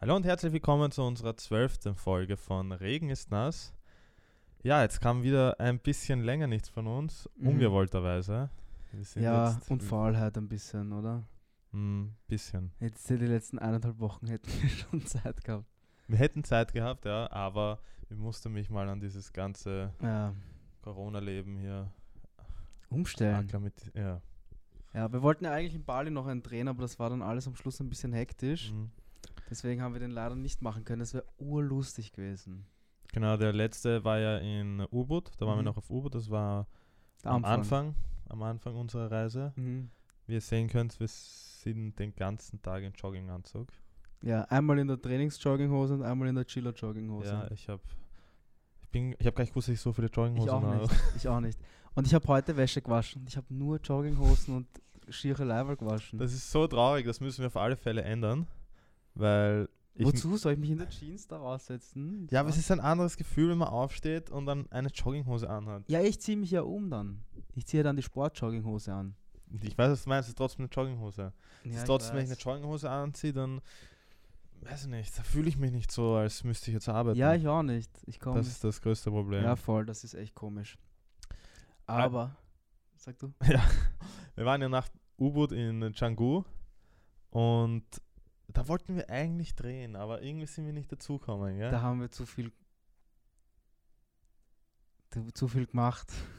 Hallo und herzlich willkommen zu unserer zwölften Folge von Regen ist nass. Ja, jetzt kam wieder ein bisschen länger nichts von uns, Mhm. ungewollterweise. Wir sind Ja, jetzt- und Faulheit ein bisschen, oder? Mm, bisschen. Jetzt die letzten eineinhalb Wochen hätten wir schon Zeit gehabt. Wir hätten Zeit gehabt, ja, aber ich musste mich mal an dieses ganze Ja, Corona-Leben hier umstellen. akklimatisieren. Ja. Ja, wir wollten ja eigentlich in Bali noch einen drehen, aber das war dann alles am Schluss ein bisschen hektisch. Mhm. Deswegen haben wir den leider nicht machen können. Das wäre urlustig gewesen. Genau, der letzte war ja in Ubud, da waren wir Mhm. noch auf Ubud, das war am Anfang, am Anfang unserer Reise. Mhm. Wie ihr sehen könnt, wir sind den ganzen Tag in Jogginganzug. Ja, einmal in der Trainings-Jogginghose und einmal in der Chiller-Jogginghose. Ja, ich habe ich bin ich habe gar nicht gewusst, dass ich so viele Jogginghosen ich auch habe. nicht. Ich auch nicht. Und ich habe heute Wäsche gewaschen. Ich habe nur Jogginghosen und schiere Leiber gewaschen. Das ist so traurig, das müssen wir auf alle Fälle ändern, weil ich Wozu soll ich mich in der Jeans da aussetzen? Ja, aber es ist ein anderes Gefühl, wenn man aufsteht und dann eine Jogginghose anhat. Ja, ich ziehe mich ja um dann. Ich ziehe dann die Sportjogginghose an. Ich weiß, was du meinst, es ist trotzdem eine Jogginghose. Es Ja, ist ich trotzdem, wenn ich weiß. eine Jogginghose anziehe, dann weiß ich nicht, da fühle ich mich nicht so, als müsste ich jetzt arbeiten. Ja, ich auch nicht. Ich komme. das ist das größte Problem. Ja, voll, das ist echt komisch. Ah. Aber, sag du? Wir waren ja nach U-Boot in Canggu und da wollten wir eigentlich drehen, aber irgendwie sind wir nicht dazugekommen, ja? Da haben wir zu viel. Zu zu viel gemacht.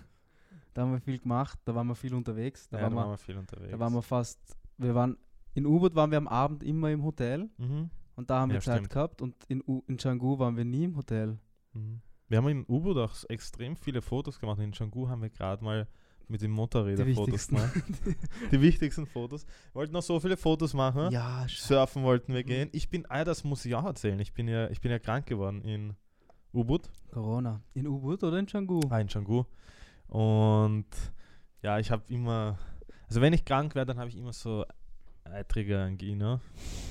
Da haben wir viel gemacht, da waren wir viel unterwegs. Da, ja, waren, da waren wir, wir viel unterwegs. da waren wir fast. Wir waren. In U-Boot waren wir am Abend immer im Hotel mhm. und da haben Ja, wir Zeit stimmt. gehabt und in, U in Canggu waren wir nie im Hotel. Mhm. Wir haben in U-Boot auch s- extrem viele Fotos gemacht. In Canggu haben wir gerade mal mit dem Motorräder Die Fotos wichtigsten. gemacht. Die wichtigsten Fotos. Wir wollten noch so viele Fotos machen. Ja, sch- Surfen wollten wir Mhm. gehen. Ich bin, ah, das muss ich auch erzählen. Ich bin ja, ich bin ja krank geworden in U-Boot. Corona. In U-Boot oder in Canggu? Ah, in Canggu. Und ja, ich habe immer, also wenn ich krank werde, dann habe ich immer so eitrige Angina.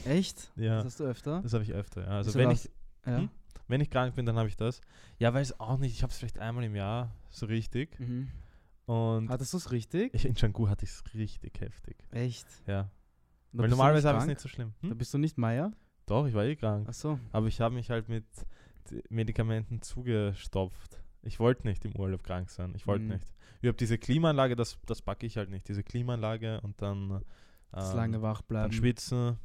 Echt? Das Ja, hast du öfter? das habe ich öfter. Ja. Also Wieso wenn warst- ich, Ja. Hm? wenn ich krank bin, dann habe ich das. Ja, weiß auch nicht. Ich habe es vielleicht einmal im Jahr so richtig. Mhm. Und Hattest du es richtig? ich, in Canggu hatte ich es richtig heftig. Echt? Ja, Da weil bist du normalerweise habe ich es krank? Ah. nicht so schlimm. Da Hm? bist du nicht Meier? Doch, ich war eh krank. Ach so. Aber ich habe mich halt mit d- Medikamenten zugestopft. Ich wollte nicht im Urlaub krank sein. Ich wollte Mhm. nicht. Ich habe diese Klimaanlage, das, das packe ich halt nicht. Diese Klimaanlage und dann, Das ähm, lange wach bleiben. dann schwitzen.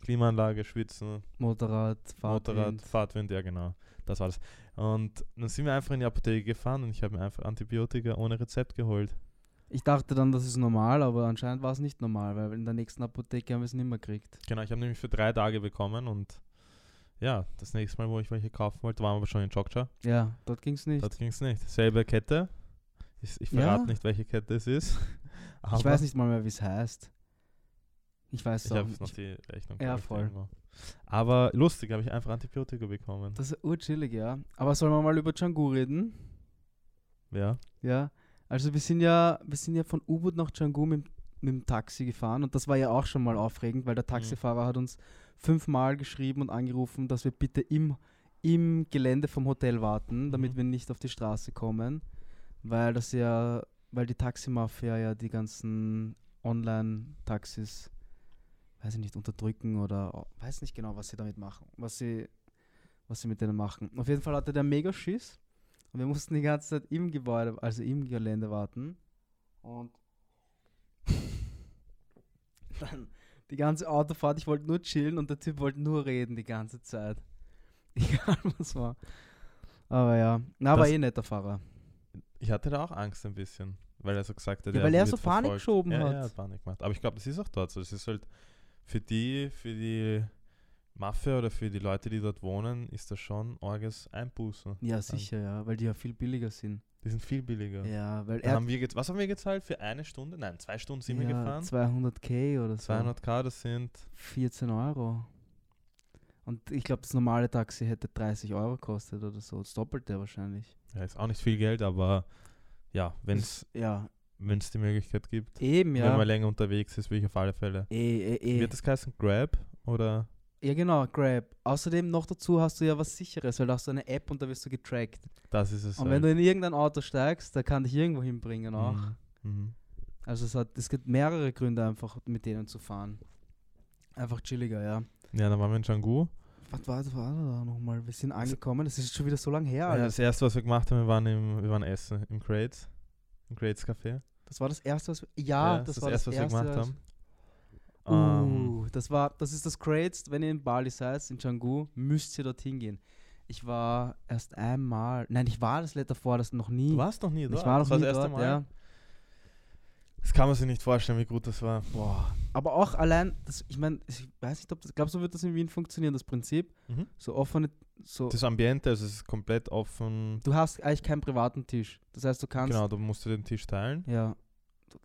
Klimaanlage, schwitzen, Motorrad, Fahrrad. Motorrad, Fahrtwind, ja genau. Das war's. Und dann sind wir einfach in die Apotheke gefahren und ich habe mir einfach Antibiotika ohne Rezept geholt. Ich dachte dann, das ist normal, aber anscheinend war es nicht normal, weil in der nächsten Apotheke haben wir es nicht mehr gekriegt. Genau, ich habe nämlich für drei Tage bekommen und ja, das nächste Mal, wo ich welche kaufen wollte, waren wir aber schon in Jogja. Ja, dort ging es nicht. Dort ging es nicht. Selbe Kette. Ich, ich Ja. verrate nicht, welche Kette es ist. Aber ich weiß nicht mal mehr, wie es heißt. Ich weiß Ich es auch habe noch nicht. die Rechnung. Ja, glaub ich, voll. irgendwo. Aber lustig, habe ich einfach Antibiotika bekommen. Das ist urchillig, ja. Aber sollen wir mal über Canggu reden? Ja. Ja, also wir sind ja, wir sind ja von U-Boot nach Canggu mit, mit dem Taxi gefahren und das war ja auch schon mal aufregend, weil der Taxifahrer hat uns fünfmal geschrieben und angerufen, dass wir bitte im, im Gelände vom Hotel warten, damit Mhm. wir nicht auf die Straße kommen, weil das ja, weil die Taximafia ja die ganzen Online-Taxis, weiß ich nicht, unterdrücken oder au- weiß nicht genau, was sie damit machen, was sie, was sie mit denen machen. Auf jeden Fall hatte der mega Schiss. Und wir mussten die ganze Zeit im Gebäude, also im Gelände warten. Und dann die ganze Autofahrt, ich wollte nur chillen und der Typ wollte nur reden die ganze Zeit. Egal was war. Aber ja, na, war Das- eh netter Fahrer. Ich hatte da auch Angst ein bisschen, weil er so gesagt hat, Ja, weil er wird so Panik verfolgt. geschoben ja, hat. Ja, er hat Panik gemacht. Aber ich glaube, das ist auch dort so. Das ist halt für die, für die Mafia oder für die Leute, die dort wohnen, ist das schon orges Einbußen. Ja, sicher, ja, weil die ja viel billiger sind. Die sind viel billiger. Ja, weil Da er haben wir gez- was haben wir gezahlt? Für eine Stunde? Nein, zwei Stunden sind ja, wir gefahren. 200k oder so. 200k, das sind 14 Euro. Und ich glaube, das normale Taxi hätte 30 Euro gekostet oder so. Das Doppelte wahrscheinlich. Ja, ist auch nicht viel Geld, aber ja, wenn es Ja, die Möglichkeit gibt, eben, ja. wenn man länger unterwegs ist, will ich auf alle Fälle. Eh, eh, eh. Wird das heißen Grab oder? Ja, genau, Grab. Außerdem noch dazu hast du ja was Sicheres, weil da hast du eine App und da wirst du getrackt. Das ist es. Und wenn du in irgendein Auto steigst, da kann dich irgendwo hinbringen auch. Mhm. Mhm. Also es, hat, es gibt mehrere Gründe einfach, mit denen zu fahren. Einfach chilliger, ja. Ja, dann waren wir in Canggu Was war das war da nochmal? Wir sind angekommen, das ist schon wieder so lange her. Ja, Alter. das erste, was wir gemacht haben, wir waren, im, wir waren essen im Crates. Im Crates Café. Das war das erste, was wir. Ja, Ah, das, war das erste, wir gemacht haben. Ähm, Uh, das war, das ist das Greatest, wenn ihr in Bali seid, in Canggu, müsst ihr dorthin gehen. Ich war erst einmal, nein, ich war das letzte davor, das noch nie. du warst noch nie dort. ich war das noch war nie das erste dort, Mal. ja. Das kann man sich nicht vorstellen, wie gut das war. Boah. Aber auch allein, das, ich meine, ich weiß nicht, ob das, glaubst du, wird das in Wien funktionieren, das Prinzip? Mhm. So offene, so, Das Ambiente, also es ist komplett offen. du hast eigentlich keinen privaten Tisch. Das heißt, du kannst, Genau, du musst dir den Tisch teilen. ja,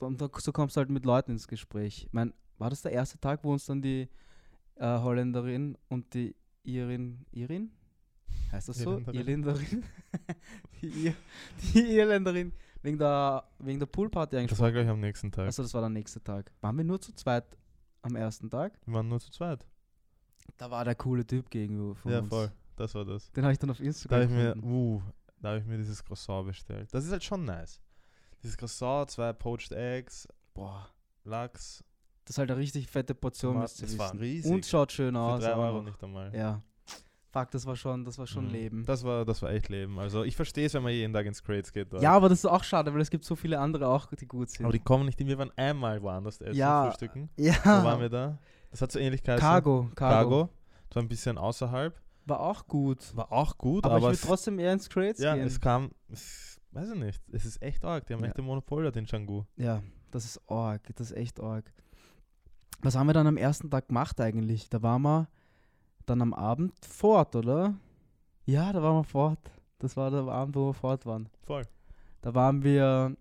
und da, so kommst du halt mit Leuten ins Gespräch. Ich meine, war das der erste Tag, wo uns dann die äh, Holländerin und die Irin, Irin? Heißt das so? Irländerin. die, Ir die Irländerin. Wegen der, wegen der Poolparty Das eigentlich. war gleich am nächsten Tag. Also das war der nächste Tag. Waren wir nur zu zweit am ersten Tag? wir waren nur zu zweit. Da war der coole Typ gegenüber von ja, uns. voll. Das war das. Den habe ich dann auf Da Instagram habe ich mir, gefunden. uh, da habe ich mir dieses Croissant bestellt. Das ist halt schon nice. Dieses Croissant, zwei Poached Eggs, Boah, Lachs. das ist halt eine richtig fette Portion, Tomaten. müsst ihr Das war wissen. riesig. Und schaut schön Für aus. drei aber Euro noch. nicht einmal. Ja. Fuck, das war schon, das war schon Mhm. Leben. Das war, das war echt Leben. Also ich verstehe es, wenn man jeden Tag ins Crates geht. dort. ja, aber das ist auch schade, weil es gibt so viele andere auch, die gut sind. aber die kommen nicht hin. Wir waren einmal woanders essen, Ja. frühstücken. Wo waren ja. wir da? Das hat so Ähnlichkeit. Cargo, Cargo, Cargo. So ein bisschen außerhalb. War auch gut. War auch gut, Aber, aber, ich es, will trotzdem eher ins Crates ja, gehen. es kam, es, weiß ich nicht, es ist echt arg. Die haben Ja. echt ein Monopol dort in Canggu. Ja, das ist arg, das ist echt arg. Was haben wir dann am ersten Tag gemacht eigentlich? Da waren wir dann am Abend fort, oder? Ja, da waren wir fort. Das war der Abend, wo wir fort waren. Voll. Da waren wir.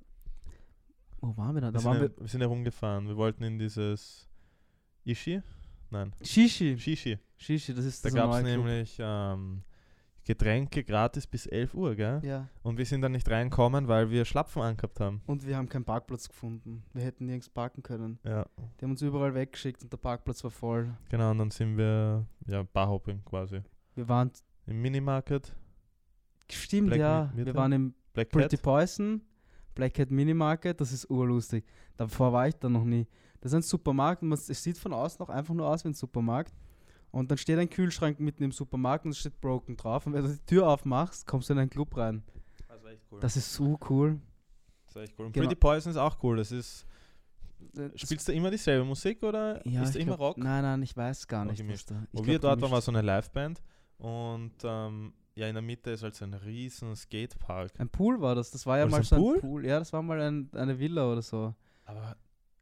Wo waren wir Wir dann? Da sind, waren ja, wir. wir sind herumgefahren. Wir wollten in dieses Ishi? Nein, Shishi. Shishi. Shishi, das ist Da das gab es nämlich ähm, Getränke gratis bis 11 Uhr, gell? Ja. Und wir sind dann nicht reinkommen, weil wir Schlapfen angehabt haben. Und wir haben keinen Parkplatz gefunden. Wir hätten nirgends parken können. Ja, Die haben uns überall weggeschickt und der Parkplatz war voll. genau. Und dann sind wir, ja, Barhopping quasi. Wir waren. Im Minimarket, Stimmt, Black ja. Mi- Mitte? Wir waren im Black Cat. Pretty Poison, Black Cat Mini Market, das ist urlustig. Davor war ich da noch nie. Das ist ein Supermarkt und man, es sieht von außen auch einfach nur aus wie ein Supermarkt. Und dann steht ein Kühlschrank mitten im Supermarkt und es steht Broken drauf. Und wenn du die Tür aufmachst, kommst du in einen Club rein. Das war echt cool. Das ist so cool. Und genau. Pretty Poison ist auch cool. Das ist, Äh, spielst du immer dieselbe Musik oder ja, ist da ich immer glaub- Rock? Nein, nein, ich weiß gar Oder nicht. Was gemischt. da, ich Wo glaub, wir dort waren, gemischt. war so eine Liveband und ähm, ja, in der Mitte ist halt so ein riesen Skatepark. Ein Pool war das. Das war ja War mal das so ein ein Pool? Pool? Ja, das war mal ein, eine Villa oder so. Aber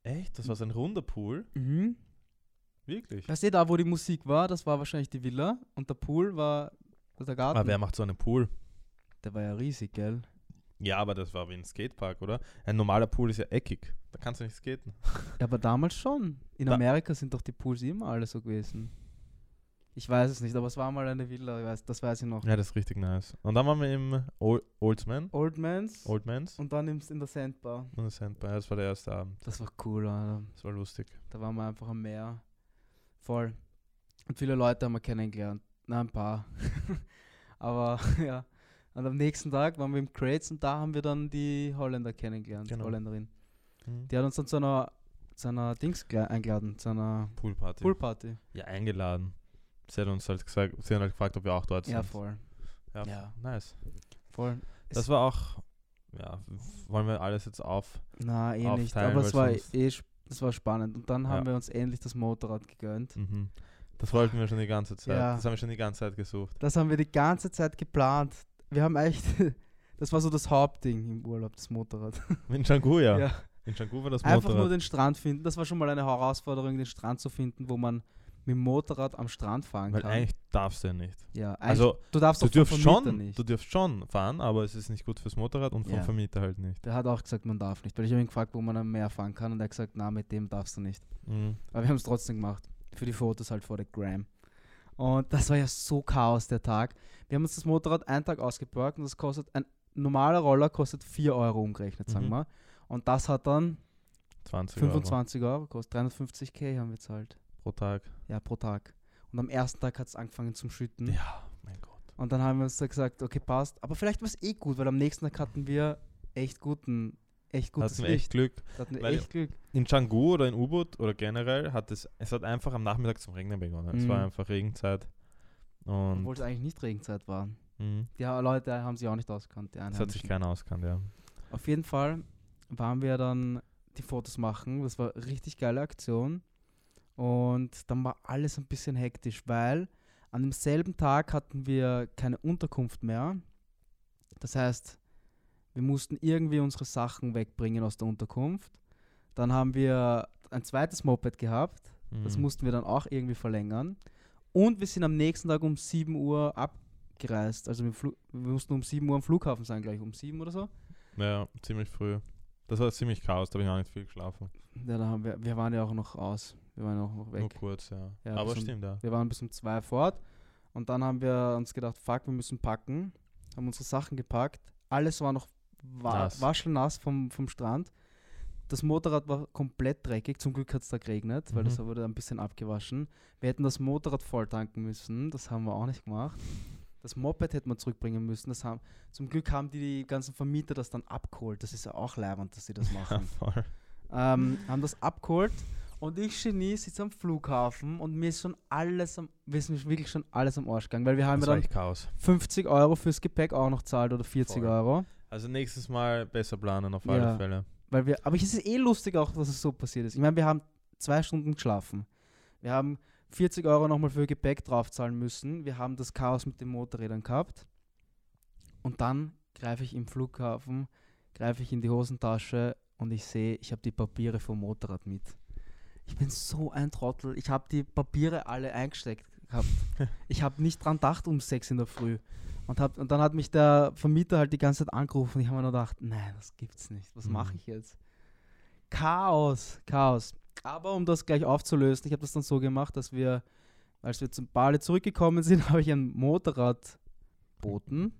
echt, das war so ein runder Pool? Mhm. Wirklich? Weißt du, da wo die Musik war, das war wahrscheinlich die Villa. Und der Pool war der Garten. Aber Ah, wer macht so einen Pool? der war ja riesig, gell? Ja, aber das war wie ein Skatepark, oder? Ein normaler Pool ist ja eckig. Da kannst du nicht skaten. Ja, aber damals schon. In Da- Amerika sind doch die Pools immer alle so gewesen. Ich weiß es nicht, aber es war mal eine Villa, ich weiß, das weiß ich noch. Ja, das ist richtig nice. Und dann waren wir im Ol Oldsman. Old Mans Old Man's. und dann nimmst in der Sandbar. Und das Sandbar. Das war der erste Abend. Das war cool, Alter. Das war lustig. Da waren wir einfach am Meer. Voll. Und viele Leute haben wir kennengelernt. Na, ein paar. aber ja. Und am nächsten Tag waren wir im Crates und da haben wir dann die Holländer kennengelernt, Genau. Holländerin. Mhm. Die hat uns dann zu einer, zu einer Dings gle- eingeladen, zu einer Poolparty. Poolparty. Ja, eingeladen. Sie hat uns halt gesagt, sie hat halt gefragt, ob wir auch dort sind. Ja, voll. Ja, Ja. Nice. Voll. Das war auch, ja, w- wollen wir alles jetzt auf. Na, eh nicht. aufteilen, Aber weil es war sonst- eh sp- es war spannend. Und dann haben Ja. wir uns endlich das Motorrad gegönnt. Mhm. Das wollten wir schon die ganze Zeit. Ja. Das haben wir schon die ganze Zeit gesucht. Das haben wir die ganze Zeit geplant. Wir haben echt. Das war so das Hauptding im Urlaub, das Motorrad. In Canggu, ja. Ja. In Canggu war das Einfach nur Motorrad. den Strand finden. Das war schon mal eine Herausforderung, den Strand zu finden, wo man mit dem Motorrad am Strand fahren Weil kann. eigentlich darfst du ja nicht. ja, eigentlich- Also, du darfst du auch vom dürfst, Vermieter schon, nicht. du dürfst schon fahren, aber es ist nicht gut fürs Motorrad und vom Ja. Vermieter halt nicht. Der hat auch gesagt, man darf nicht. Weil ich habe ihn gefragt, wo man am Meer fahren kann. Und er hat gesagt, na, mit dem darfst du nicht. Mhm. Aber wir haben es trotzdem gemacht. Für die Fotos halt vor der Gram. Und das war ja so Chaos, der Tag. Wir haben uns das Motorrad einen Tag ausgeborgt und das kostet, ein normaler Roller kostet 4 Euro umgerechnet, sagen Mhm. wir. Und das hat dann 20 Euro 25 Euro gekostet. 350k haben wir gezahlt. pro Tag. Ja, pro Tag. Und am ersten Tag hat es angefangen zum Schütten. Ja, mein Gott. Und dann haben wir uns da gesagt, okay, passt. Aber vielleicht war es eh gut, weil am nächsten Tag hatten wir echt guten, echt gutes Hatten wir echt Licht. Glück. Da hatten wir Weil- echt Glück. In Canggu oder in Ubud oder generell hat es, es hat einfach am Nachmittag zum Regnen begonnen. Es Mhm. war einfach Regenzeit. Und Obwohl es eigentlich nicht Regenzeit war. mhm. Die ha- Leute haben sich auch nicht auskannt, die das hat sich Einheimischen. keiner auskannt, ja. Auf jeden Fall waren wir dann die Fotos machen. Das war eine richtig geile Aktion. Und dann war alles ein bisschen hektisch, weil an demselben Tag hatten wir keine Unterkunft mehr. Das heißt, wir mussten irgendwie unsere Sachen wegbringen aus der Unterkunft. Dann haben wir ein zweites Moped gehabt. Das Mhm. mussten wir dann auch irgendwie verlängern. Und wir sind am nächsten Tag um 7 Uhr abgereist. Also wir, flu- wir mussten um 7 Uhr am Flughafen sein, gleich um 7 oder so. Ja, ziemlich früh. Das war ziemlich Chaos, da habe ich auch nicht viel geschlafen. Ja, da haben wir, wir waren ja auch noch aus. Wir waren ja auch noch Nur weg. kurz, ja. Ja, Aber bis um- stimmt, ja. Wir waren bis um 2 fort. Und dann haben wir uns gedacht, fuck, wir müssen packen. Haben unsere Sachen gepackt. Alles war noch wa Nass. waschelnass vom, vom Strand. Das Motorrad war komplett dreckig. Zum Glück hat es da geregnet, weil das Mhm. wurde ein bisschen abgewaschen. Wir hätten das Motorrad voll tanken müssen. Das haben wir auch nicht gemacht. Das Moped hätte man zurückbringen müssen. Das haben, zum Glück haben die, die ganzen Vermieter das dann abgeholt. Das ist ja auch leibend, dass sie das ja machen voll. ähm, haben das abgeholt und ich Genie sitze am Flughafen und mir ist schon alles am, wir sind wirklich schon alles am Arsch gegangen, weil wir haben Das ja war dann echt Chaos. 50 Euro fürs Gepäck auch noch zahlt oder 40 Voll. Euro. Also nächstes Mal besser planen auf alle Ja. Fälle. Weil wir, aber es ist eh lustig auch, dass es so passiert ist. Ich meine, wir haben zwei Stunden geschlafen. Wir haben 40 Euro nochmal für Gepäck draufzahlen müssen. Wir haben das Chaos mit den Motorrädern gehabt. Und dann greife ich im Flughafen, greife ich in die Hosentasche und ich sehe, ich habe die Papiere vom Motorrad mit. Ich bin so ein Trottel. Ich habe die Papiere alle eingesteckt gehabt. ich habe nicht dran gedacht um 6 in der Früh. Und, hab, und dann hat mich der Vermieter halt die ganze Zeit angerufen. Ich habe mir nur gedacht, nein, das gibt's nicht. Was mache Mhm. ich jetzt? Chaos, Chaos. Aber um das gleich aufzulösen, ich habe das dann so gemacht, dass wir, als wir zum Bali zurückgekommen sind, habe ich ein Motorrad boten.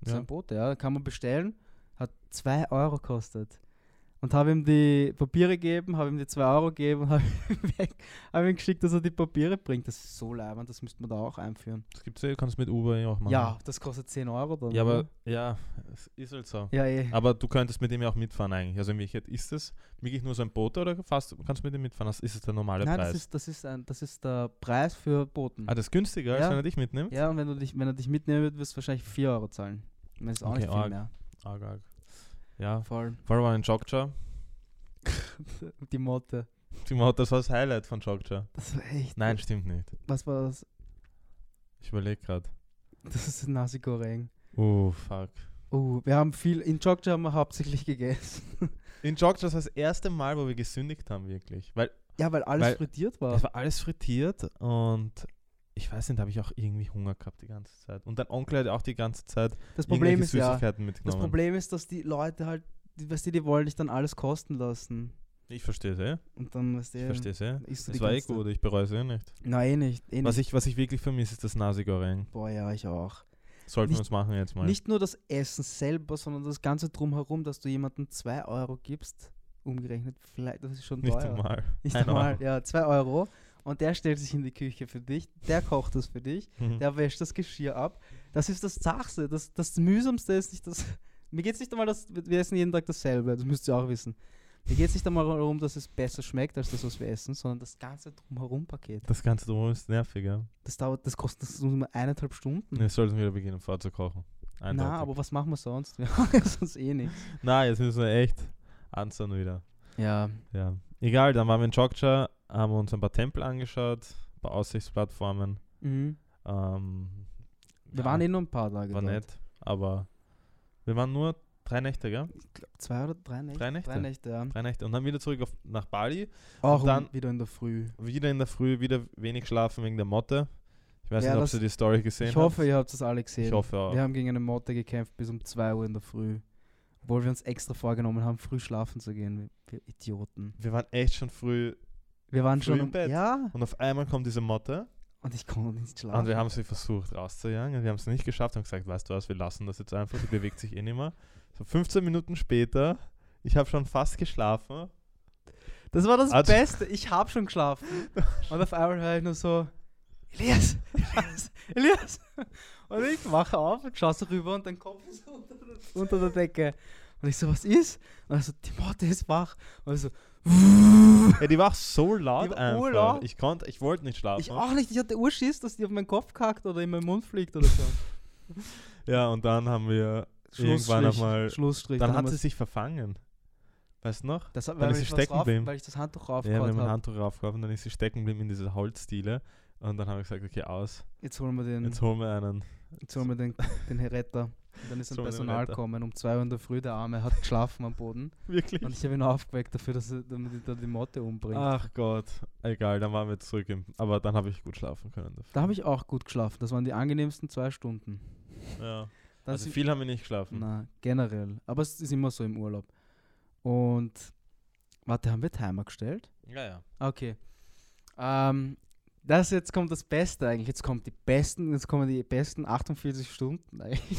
Das ist Ja. ein Boot, ja. Kann man bestellen. Hat 2 Euro gekostet. Und habe ihm die Papiere gegeben, habe ihm die 2 Euro gegeben und habe ihm, weg- hab ihm geschickt, dass er die Papiere bringt. Das ist so leibend, das müsste man da auch einführen. Das gibt's eh, kannst mit Uber eh auch machen. Ja, das kostet 10 Euro dann. Ja, oder? aber ja, es ist halt so. Ja, eh. Aber du könntest mit dem ja auch mitfahren eigentlich. Also in Wirklichkeit ist das wirklich nur so ein Boot oder fast kannst du mit dem mitfahren? Das ist es der normale Nein, Preis. das ist, das, ist ein, das ist der Preis für Boten. ah, das ist günstiger, als Ja. wenn er dich mitnimmt? Ja, und wenn du dich, wenn er dich mitnehmen wird, wirst du wahrscheinlich 4 Euro zahlen. Das ist auch Okay, nicht viel arg. mehr. Arg, arg. Ah, Ja, Voll. vor allem in Jogja. Die Motte. Das war das Highlight von Jogja. Das war echt. Nein, stimmt nicht. Was war das? Ich überlege gerade. Das ist Nasi Goreng. Oh, fuck. Oh, wir haben viel, in Jogja haben wir hauptsächlich gegessen. In Jogja das war das erste Mal, wo wir gesündigt haben, wirklich. Weil Ja, weil alles Weil- frittiert war. es war alles frittiert und ich weiß nicht, habe ich auch irgendwie Hunger gehabt die ganze Zeit. Und dein Onkel hat auch die ganze Zeit Das Problem irgendwelche ist ja, Süßigkeiten das mitgenommen. Problem ist, dass die Leute halt, die, weißt du, die wollen dich dann alles kosten lassen. ich verstehe es, eh. Und dann, weißt du, Ich verstehe es, eh. isst du die Es war eh ganze- gut, ich bereue es eh nicht. Nein, eh nicht. Eh Was nicht. ich, was ich wirklich vermisse, ist das Nasigoreng. Boah, ja, ich auch. Sollten Nicht- wir uns machen jetzt mal. Nicht nur das Essen selber, sondern das Ganze drumherum, dass du jemandem 2 Euro gibst, umgerechnet, vielleicht, das ist schon Nicht teuer. einmal. Nicht Ein einmal, Euro. ja, 2 Euro. Und der stellt sich in die Küche für dich, der kocht das für dich. Mhm. der wäscht das Geschirr ab. Das ist das Zachste. Das, das Mühsamste ist nicht das. Mir geht es nicht einmal, dass wir essen jeden Tag dasselbe, das müsst ihr auch wissen. Mir geht es nicht einmal darum, dass es besser schmeckt als das, was wir essen, sondern das ganze Drumherum-Paket. Das Ganze drumherum ist nerviger. Das dauert, das kostet das nur eineinhalb Stunden. Jetzt sollten wir wieder beginnen, vorzukochen. Mhm. Na, Eindeutig. aber was machen wir sonst? Wir machen ja sonst eh nichts. Na, jetzt müssen wir echt anzahlen wieder. Ja, Ja. Egal, dann waren wir in Jogja, haben uns ein paar Tempel angeschaut, ein paar Aussichtsplattformen. mhm. Ähm, ja, wir waren eh nur ein paar Tage. War dort. nett, aber wir waren nur drei Nächte, gell? Ich glaub, zwei oder drei Nächte. Drei Nächte. Drei Nächte, ja. Drei Nächte. Und dann wieder zurück auf, nach Bali. Auch um dann- wieder in der Früh. Wieder in der Früh, wieder wenig schlafen wegen der Motte. Ich weiß Ja, nicht, ob das- Sie die Story gesehen Ich hoffe, habt. ihr habt das alle gesehen. Ich hoffe auch. Wir haben gegen eine Motte gekämpft bis um 2 Uhr in der Früh. Obwohl wir uns extra vorgenommen haben, früh schlafen zu gehen. Wir, wir Idioten. Wir waren echt schon früh Wir waren Früh schon um im Bett. Ja. und auf einmal kommt diese Motte Und ich konnte nicht schlafen. und wir haben sie versucht rauszujagen und wir haben es nicht geschafft und gesagt, weißt du was, wir lassen das jetzt einfach, die bewegt sich eh nicht mehr. So 15 Minuten später, ich habe schon fast geschlafen das war das Also- Beste. Ich habe schon geschlafen. und auf einmal höre ich nur so, Elias, Elias, Elias. Und ich wache auf und schaue so rüber und dann kommt es unter, der- unter der Decke. Und ich so, was ist? Und er so, die Motte ist wach. Und ich so, Ja, die war so laut Die war einfach. urlaut. Ich konnte, ich wollte nicht schlafen. Ich auch nicht, ich hatte Urschiss, dass die auf meinen Kopf kackt oder in meinen Mund fliegt oder so. Ja, und dann haben wir irgendwann Schlussstrich, nochmal. Schlussstrich. Dann haben hat sie wir's- sich verfangen. Weißt du noch? das, weil, dann ist ich sie was stecken drauf, geblieben. weil ich das Handtuch Ja, wir raufgehauen haben ein habe. Handtuch raufgeworfen, dann ist sie stecken geblieben in dieser Holzdiele. Und dann habe ich gesagt, okay, aus. Jetzt holen wir den, Jetzt holen wir einen. jetzt holen wir den, den Retter. Und dann ist Jetzt holen ein wir den Personal Retter. gekommen, um 2 Uhr in der Früh, der Arme hat geschlafen am Boden. Wirklich? Und ich habe ihn aufgeweckt dafür, dass er damit er da die Motte umbringt. Ach Gott. Egal, dann waren wir zurück. Im, aber dann habe ich gut schlafen können. Dafür. Da habe ich auch gut geschlafen. Das waren die angenehmsten zwei Stunden. Ja. Dann also sind- viel haben wir nicht geschlafen. Na, generell. Aber es ist immer so im Urlaub. Und warte, haben wir Timer gestellt? Ja, ja. Okay. Ähm, das jetzt kommt das Beste eigentlich. Jetzt kommt die besten, jetzt kommen die besten 48 Stunden eigentlich.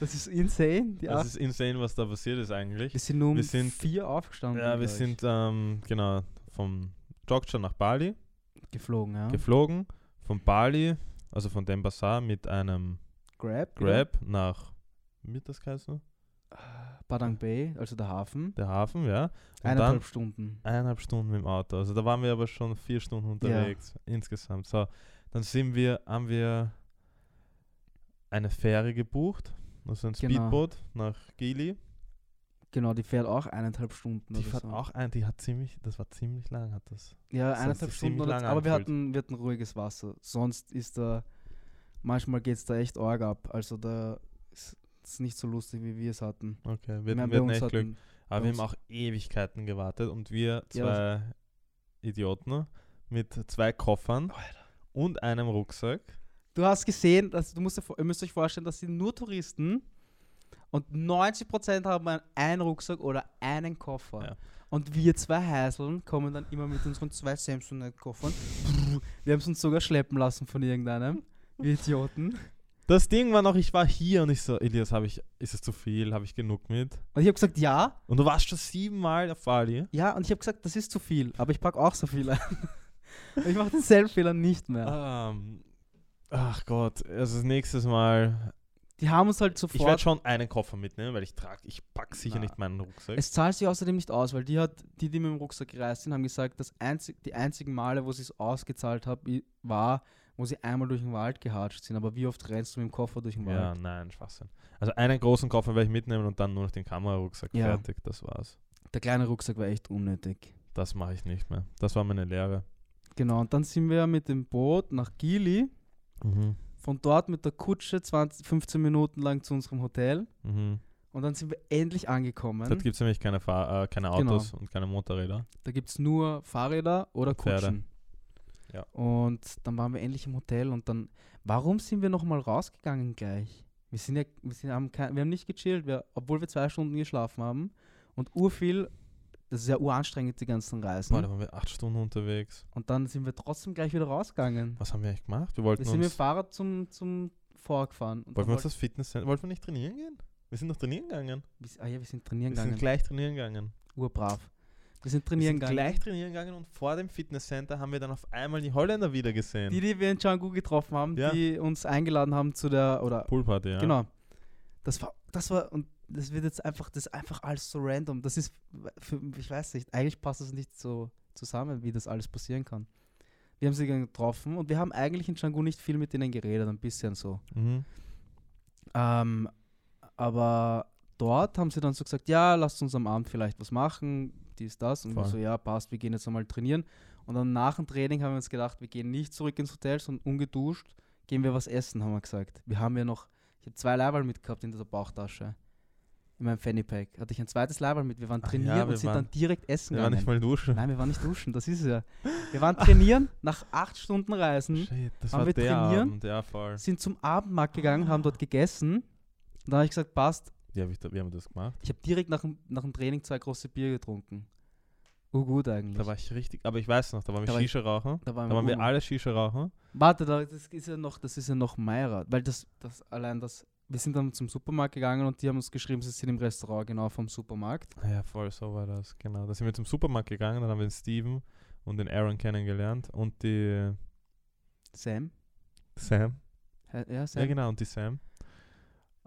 Das ist insane. Die Das acht, ist insane, was da passiert ist eigentlich. wir sind nur um Also wir sind- vier aufgestanden. ja, wir glaub ich. sind ähm, genau vom Jogja nach Bali geflogen, ja. geflogen. Von Bali, also von Denpasar mit einem Grab. Grab nach, wie hat das geheißen? ja. Padang Bay, also der Hafen. Der Hafen, ja. Und Eineinhalb Stunden. eineinhalb Stunden mit dem Auto. Also da waren wir aber schon vier Stunden unterwegs insgesamt. So, dann sind wir, haben wir eine Fähre gebucht, also ein Genau. Speedboot nach Gili. Genau, die fährt auch eineinhalb Stunden. Die oder fährt so. auch ein, die hat ziemlich, das war ziemlich lang, hat das. Ja, Das hat eineinhalb sich Stunden. ziemlich Oder, lang aber wir angefühlt. hatten, wir hatten ruhiges Wasser. Sonst ist da, manchmal geht es da echt arg ab. Also da ist es nicht so lustig, wie wir es hatten. Okay, Ich wir, mein, hatten- wir hatten echt Glück. bei Aber wir haben uns- auch Ewigkeiten gewartet und wir zwei Ja, Idioten mit zwei Koffern und einem Rucksack. Du hast gesehen, dass, du musst dir, vor- ihr müsst euch vorstellen, das sind nur Touristen und 90% haben ein- einen Rucksack oder einen Koffer. Ja. Und wir zwei Heiseln kommen dann immer mit unseren zwei Samsonite-Koffern. Wir haben es uns sogar schleppen lassen von irgendeinem. Wir Idioten. Das Ding war noch, ich war hier und ich so, Elias, habe ich, ist es zu viel? Habe ich genug mit? Und ich habe gesagt, ja, Und du warst schon siebenmal auf Bali. Ja, und ich habe gesagt, das ist zu viel, aber ich packe auch so viel ein. ich mache denselben Fehler nicht mehr. Ähm, ach Gott, also das nächstes Mal. Die haben uns halt Ich werde sofort. schon einen Koffer mitnehmen, weil ich trage, ich pack sicher Na. nicht meinen Rucksack. Es zahlt sich außerdem nicht aus, weil die hat, die, die mit dem Rucksack gereist sind, haben gesagt, dass einzig, die einzigen Male, wo sie es ausgezahlt hat, war, wo sie einmal durch den Wald gehatscht sind. Aber wie oft rennst du mit dem Koffer durch den ja, Wald? nein, Schwachsinn. Also einen großen Koffer werde ich mitnehmen und dann nur noch den Kamerarucksack. Ja. Fertig, das war's. Der kleine Rucksack war echt unnötig. Das mache ich nicht mehr. Das war meine Lehre. Genau, und dann sind wir mit dem Boot nach Gili, Mhm. von dort mit der Kutsche 20, 15 Minuten lang zu unserem Hotel. Mhm. Und dann sind wir endlich angekommen. Dort gibt es nämlich keine, Fahr äh, keine Genau. Hm? Autos und keine Motorräder. Da gibt es nur Fahrräder oder Und Pferde. Kutschen. Ja. Und dann waren wir endlich im Hotel und dann, warum sind wir nochmal rausgegangen gleich? Wir sind ja, wir, sind, haben, kein, wir haben nicht gechillt, wir, obwohl wir zwei Stunden geschlafen haben. Und urviel, das ist ja uranstrengend, die ganzen Reisen. Boah, da waren wir acht Stunden unterwegs. Und dann sind wir trotzdem gleich wieder rausgegangen. Was haben wir eigentlich gemacht? Wir wollten Wir sind mit dem uns, Fahrrad zum, zum Vorgefahren. Und wollten wir dann uns das Fitnesscenter, wollten wir nicht trainieren gehen? Wir sind doch trainieren gegangen. wir, sind- ah ja, wir sind trainieren Wir sind gegangen. gleich trainieren gegangen. Urbrav. Wir sind Wir trainieren sind gegangen. gleich trainieren gegangen und vor dem Fitnesscenter haben wir dann auf einmal die Holländer wieder gesehen. Die, die wir in Canggu getroffen haben, Ja. die uns eingeladen haben zu der, oder Poolparty, ja. Genau. Das war, das war, und das wird jetzt einfach, das ist einfach alles so random. Das ist, für, ich weiß nicht, eigentlich passt es nicht so zusammen, wie das alles passieren kann. Wir haben sie getroffen und wir haben eigentlich in Canggu nicht viel mit denen geredet, ein bisschen so. Mhm. Ähm, aber dort haben sie dann so gesagt, ja, lasst uns am Abend vielleicht was machen, dies, das. Und wir Voll. so, ja, passt, wir gehen jetzt einmal trainieren. Und dann nach dem Training haben wir uns gedacht, wir gehen nicht zurück ins Hotel, sondern ungeduscht gehen wir was essen, haben wir gesagt. Wir haben ja noch, ich habe zwei Leiberl mitgehabt in dieser Bauchtasche. In meinem Fanny Pack hatte ich ein zweites Leiberl mit. Wir waren Ach ja, trainieren und wir sind waren- dann direkt essen Wir waren gegangen. nicht mal duschen. Nein, wir waren nicht duschen, das ist es ja. Wir waren trainieren, nach acht Stunden Reisen, Oh, Shit, das Haben war wir der trainieren? Abend, ja voll. sind zum Abendmarkt gegangen, haben dort gegessen. Und da habe ich gesagt, passt, Wie, hab ich da, wie haben wir das gemacht? Ich habe direkt nach dem, nach dem Training zwei große Bier getrunken. Oh gut eigentlich. Da war ich richtig, aber ich weiß noch, da waren Da wir war ich- Shisha rauchen. Da waren Da waren wir Oma. alle Shisha rauchen. Warte, da, das ist ja noch, das ist ja noch Meira, weil das, das allein das. Wir sind dann zum Supermarkt gegangen und die haben uns geschrieben, sie sind im Restaurant genau vom Supermarkt. Ah Ja, voll, so war das, genau. Da sind wir zum Supermarkt gegangen, dann haben wir den Steven und den Aaron kennengelernt und die Sam. Sam. Hä- Ja, genau. Sam. Ja, genau, und die Sam.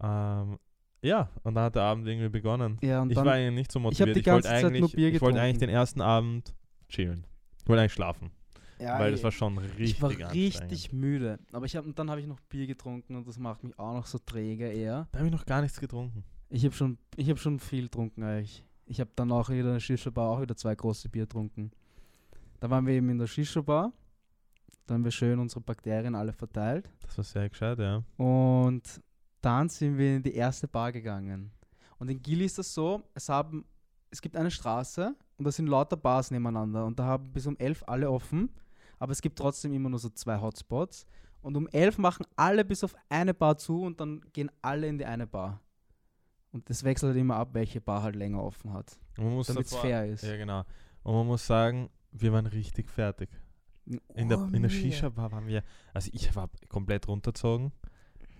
Ähm, Ja, und dann hat der Abend irgendwie begonnen. Ja, und ich dann, war eigentlich nicht so Ich hab die motiviert. Ich, ganze wollte Zeit nur eigentlich, Bier ich wollte eigentlich getrunken. den ersten Abend chillen. Ich wollte eigentlich schlafen, ja, weil ich- das war schon richtig ich war anstrengend. richtig müde. Aber ich hab, und dann habe ich noch Bier getrunken und das macht mich auch noch so träge eher. Da habe ich noch gar nichts getrunken. Ich habe schon, ich hab schon viel getrunken eigentlich. Ich habe dann auch wieder in der Shisha-Bar auch wieder zwei große Bier getrunken. Da waren wir eben in der Shisha-Bar. Dann haben wir schön unsere Bakterien alle verteilt. Das war sehr gescheit, ja. Und dann sind wir in die erste Bar gegangen. Und in Gili ist das so, es, haben, es gibt eine Straße und da sind lauter Bars nebeneinander. Und da haben bis um elf alle offen. Aber es gibt trotzdem immer nur so zwei Hotspots. Und um elf machen alle bis auf eine Bar zu und dann gehen alle in die eine Bar. Und das wechselt halt immer ab, welche Bar halt länger offen hat. Und man muss Damit es davor- fair ist. Ja, genau. Und man muss sagen, wir waren richtig fertig. In Oh, der, in der Shisha-Bar waren wir, also ich war komplett runterzogen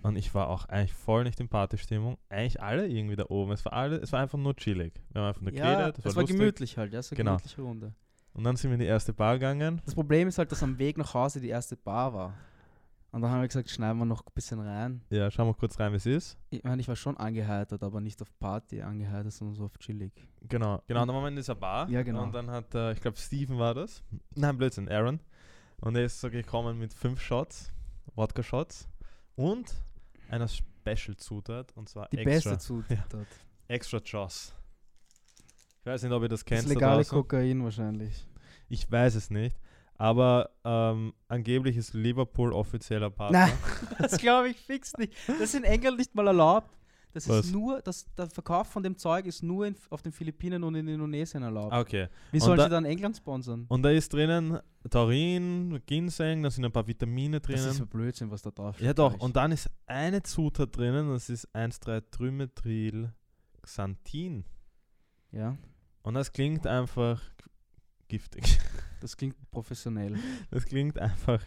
und ich war auch eigentlich voll nicht in Partystimmung. Eigentlich alle irgendwie da oben. Es war alle, es war einfach nur chillig. Wir haben einfach nur ja, geredet, es es war, war, lustig. gemütlich halt, ja, es war Genau. gemütliche Runde. Und dann sind wir in die erste Bar gegangen. Das Problem ist halt, dass am Weg nach Hause die erste Bar war. Und dann haben wir gesagt, schneiden wir noch ein bisschen rein. Ja, schauen wir kurz rein, wie es ist. Ich meine, ich war schon angeheitert, aber nicht auf Party angeheitert, sondern so auf chillig. Genau, genau, dann waren wir in dieser Bar. Ja, genau. Und dann hat, äh, ich glaube, Steven war das. Nein, Blödsinn, Aaron. Und er ist so gekommen mit fünf Shots, Wodka-Shots und einer Special-Zutat und zwar Die extra, beste Zutat. Ja. extra Joss. Ich weiß nicht, ob ihr das Das kennt. da legale draußen. Kokain wahrscheinlich. Ich weiß es nicht. Aber ähm, angeblich ist Liverpool offizieller Partner. Nein, das glaube ich fix nicht. Das ist in England nicht mal erlaubt. Das Was? ist nur, das, der Verkauf von dem Zeug ist nur in, auf den Philippinen und in Indonesien erlaubt. Ah, Okay. Wie und sollen da- sie dann England sponsern? Und da ist drinnen Taurin, Ginseng, da sind ein paar Vitamine Das ist drinnen. so Blödsinn, was da drauf steht. Ja doch, glaub ich. und dann ist eine Zutat drinnen, das ist 1,3-Trymetril Xanthin. ja, Und das klingt einfach giftig. das klingt professionell. Das klingt einfach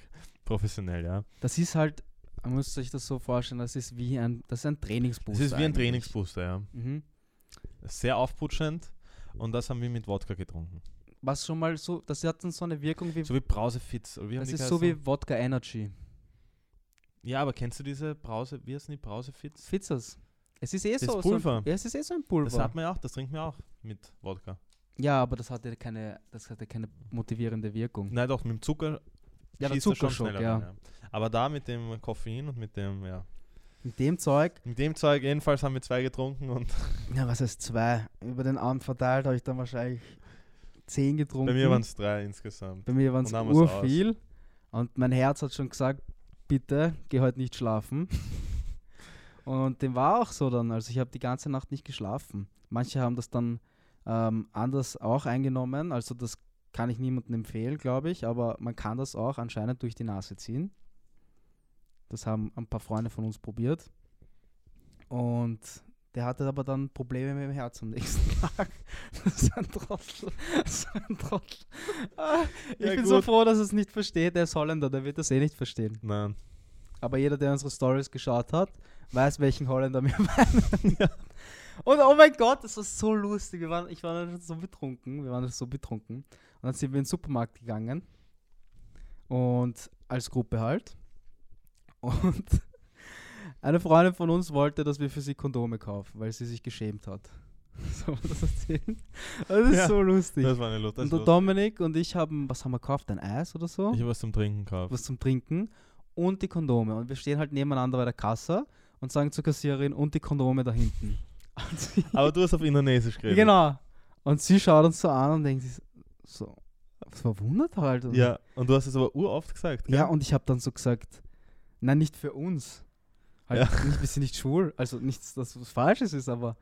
professionell, ja. Das ist halt, man muss sich das so vorstellen, das ist wie ein, das ist ein Es Trainingsbooster. ist wie ein eigentlich. Trainingsbooster, ja. Mhm. Sehr aufputschend und das haben wir mit Wodka getrunken. Was schon mal so, das hat dann so eine Wirkung wie So wie Brausefitz. oder Wie haben Das die ist so geheißen? wie Wodka Energy. Ja, aber kennst du diese Brause, wie heißen die Brausefits? Fitzers. Es ist eh so. So Pulver. ein, ja, es ist eh so ein Pulver. Das hat man ja auch, das trinkt man auch mit Wodka. ja, aber das hatte keine, das hatte keine motivierende Wirkung. Nein, doch, mit dem Zucker Mhm. Ja, schießt der das schon Zuckerschock, schneller ja. rein, ja. Aber da mit dem Koffein und mit dem, ja. Mit dem Zeug, Mit dem Zeug jedenfalls haben wir zwei getrunken und ja, was heißt zwei? Über den Abend verteilt habe ich dann wahrscheinlich zehn getrunken. bei mir waren es drei insgesamt. bei mir waren Und dann haben wir's es viel. Und mein Herz hat schon gesagt, bitte, geh heute nicht schlafen. Und dem war auch so dann. Also ich habe die ganze Nacht nicht geschlafen. Manche haben das dann ähm, anders auch eingenommen. Also das kann ich niemandem empfehlen, glaube ich. Aber man kann das auch anscheinend durch die Nase ziehen. Das haben ein paar Freunde von uns probiert. Und der hatte aber dann Probleme mit dem Herz am nächsten Tag. Das ist ein Trottel. Das ist ein Trottel. Ah, Ich Ja, bin so gut. froh, dass er es nicht versteht. Der ist Holländer, der wird das eh nicht verstehen. Nein. Aber jeder, der unsere Stories geschaut hat, weiß, welchen Holländer wir meinen. Und oh mein Gott, das war so lustig. Wir waren, ich war dann schon so betrunken. Wir waren so betrunken. Und dann sind wir in den Supermarkt gegangen. Und als Gruppe halt. Und eine Freundin von uns wollte, dass wir für sie Kondome kaufen, weil sie sich geschämt hat. Soll man das erzählen? Das ist Ja, so lustig. Das war eine Lust. und der Dominik und ich haben, was haben wir gekauft? Ein Eis oder so? Ich habe was zum Trinken gekauft. was zum Trinken und die Kondome. Und wir stehen halt nebeneinander bei der Kasse und sagen zur Kassiererin und die Kondome da hinten. Und sie, Aber du hast auf Indonesisch geredet. genau. Und sie schaut uns so an und denkt sich so, so verwundert halt. Und- Ja, und du hast es aber uroft gesagt. gell? ja, und ich habe dann so gesagt, nein, nicht für uns. Halt, nicht, wir sind nicht schwul. Also nichts, dass was Falsches ist, aber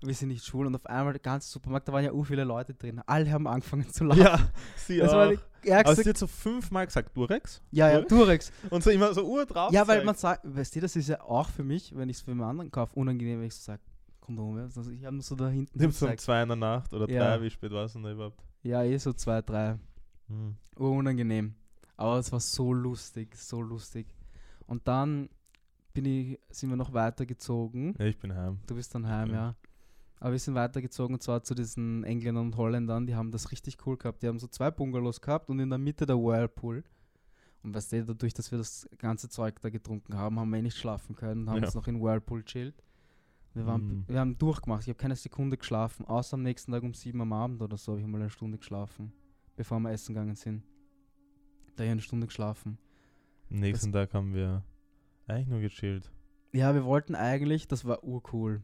wir sind nicht schwul. Und auf einmal der ganze Supermarkt, da waren ja ur viele Leute drin. Alle haben angefangen zu lachen. ja sie das auch. war die aber sie ärgste. hat so fünfmal gesagt, Durex. Ja, ja, Durex? Durex. Und so immer so Uhr drauf. Ja, weil man zeigt. sagt, weißt du, das ist ja auch für mich, wenn ich es für einen anderen kaufe, unangenehm, wenn ich so sage, Kondome. Also ich habe nur so da hinten Nimmst du um gezeigt. zwei in der Nacht oder Ja. drei, wie spät war es denn da überhaupt? Ja, eh so zwei, drei. Hm. Urunangenehm. Aber es war so lustig, so lustig. Und dann bin ich, sind wir noch weitergezogen. Ja, ich bin heim. Du bist dann heim, Mhm. ja. Aber wir sind weitergezogen und zwar zu diesen Engländern und Holländern, die haben das richtig cool gehabt. Die haben so zwei Bungalows gehabt und in der Mitte der Whirlpool. Und weißt du, dadurch, dass wir das ganze Zeug da getrunken haben, haben wir eh nicht schlafen können, haben Ja. uns noch in Whirlpool chillt. Wir, waren, Hm. wir haben durchgemacht. Ich habe keine Sekunde geschlafen, außer am nächsten Tag um 7 am Abend oder so habe ich mal eine Stunde geschlafen, bevor wir essen gegangen sind. Da habe ich eine Stunde geschlafen. Am nächsten Tag haben wir eigentlich nur gechillt. Ja, wir wollten eigentlich, das war urcool.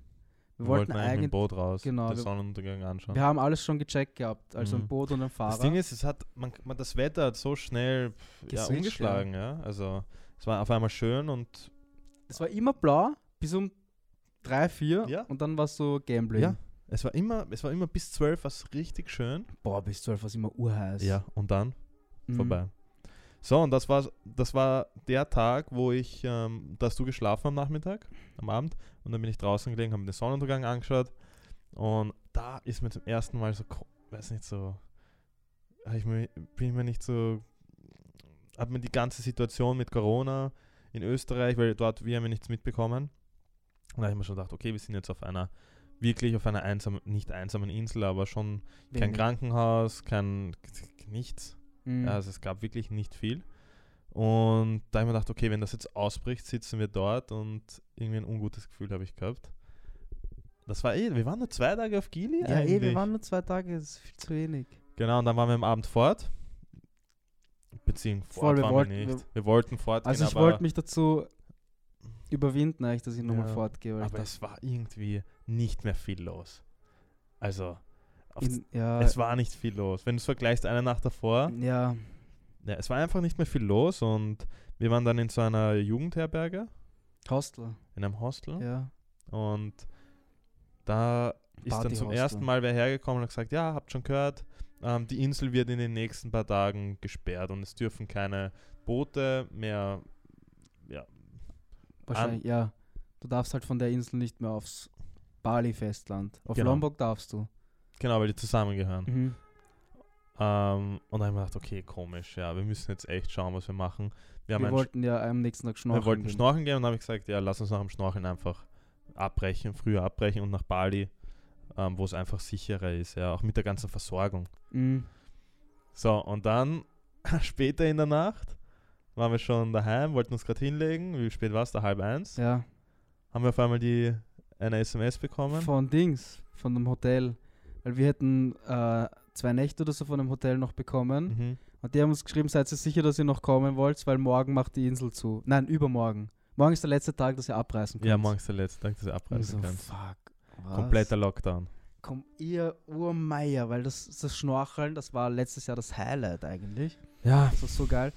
Wir, Wir wollten, wollten eigentlich mit dem eigentlich, Boot raus, genau, den wir- Sonnenuntergang anschauen. wir haben alles schon gecheckt gehabt, also ein Mhm. Boot und ein Fahrer. Das Ding ist, es hat, man, man, das Wetter hat so schnell pff, ja, Geswitcht, umgeschlagen, ja. Also es war auf einmal schön und es war immer blau bis um 3, 4 Ja. und dann war es so Gambling. Ja. es war immer, es war immer bis 12 was richtig schön. Boah, bis 12 war es immer urheiß. Und dann Mhm. vorbei. So, und das war, das war der Tag, wo ich, ähm, dass du geschlafen am Nachmittag, am Abend, und dann bin ich draußen gelegen, habe mir den Sonnenuntergang angeschaut und da ist mir zum ersten Mal so, ko- weiß nicht so, hab ich mir, bin ich mir nicht so, habe mir die ganze Situation mit Corona in Österreich, weil dort wir haben ja nichts mitbekommen, und da habe ich mir schon gedacht, okay, wir sind jetzt auf einer, wirklich auf einer einsamen, nicht einsamen Insel, aber schon kein Wenig. Krankenhaus, kein, nichts. Mhm. Ja, Also es gab wirklich nicht viel. Und da habe ich mir gedacht, okay, wenn das jetzt ausbricht, sitzen wir dort und irgendwie ein ungutes Gefühl habe ich gehabt. Das war eh, wir waren nur zwei Tage auf Gili ja, eigentlich. eh, wir waren nur zwei Tage, das ist viel zu wenig. genau, und dann waren wir am Abend fort. Beziehungsweise Voll, fort wir waren wollten- wir nicht. wir- Wir, wollten fortgehen, Also ich Genau, aber, wollte mich dazu überwinden, eigentlich, dass ich nochmal Ja, fortgehe. Weil ich aber dachte, es war irgendwie nicht mehr viel los. Also, auf in, ja, es war nicht viel los. Wenn du es vergleichst, eine Nacht davor, ja, ja, es war einfach nicht mehr viel los und wir waren dann in so einer Jugendherberge. Hostel, in einem Hostel ja. und da ist dann zum Partyhostel. ersten Mal wer hergekommen und hat gesagt, ja, habt schon gehört, ähm, die Insel wird in den nächsten paar Tagen gesperrt und es dürfen keine Boote mehr, ja, Wahrscheinlich, ja. Du darfst halt von der Insel nicht mehr aufs Bali-Festland. Auf Genau. Lombok darfst du. genau, weil die zusammengehören. Mhm. Ähm, und dann haben wir gedacht, okay, komisch, ja, wir müssen jetzt echt schauen, was wir machen. Wir, haben wir ein wollten ja am nächsten Tag schnorcheln. wir wollten gehen. schnorcheln gehen und habe ich gesagt, ja, lass uns nach dem Schnorcheln einfach abbrechen, früher abbrechen und nach Bali, ähm, wo es einfach sicherer ist, ja, auch mit der ganzen Versorgung. Mhm. So, und dann später in der Nacht waren wir schon daheim, wollten uns gerade hinlegen. Wie spät war es? Da halb eins. Ja, Haben wir auf einmal die, eine SMS bekommen. von Dings, von dem Hotel. Weil wir hätten äh, zwei Nächte oder so von dem Hotel noch bekommen. Mhm. Und die haben uns geschrieben, seid ihr sicher, dass ihr noch kommen wollt, weil morgen macht die Insel zu. Nein, übermorgen. Morgen ist der letzte Tag, dass ihr abreisen könnt. Ja, morgen ist der letzte Tag, dass du Und abreisen so, kannst. fuck. Also Was? Kompletter Lockdown. Komm, ihr Urmeier, weil das, das Schnorcheln, das war letztes Jahr das Highlight eigentlich. Ja, Das war so geil.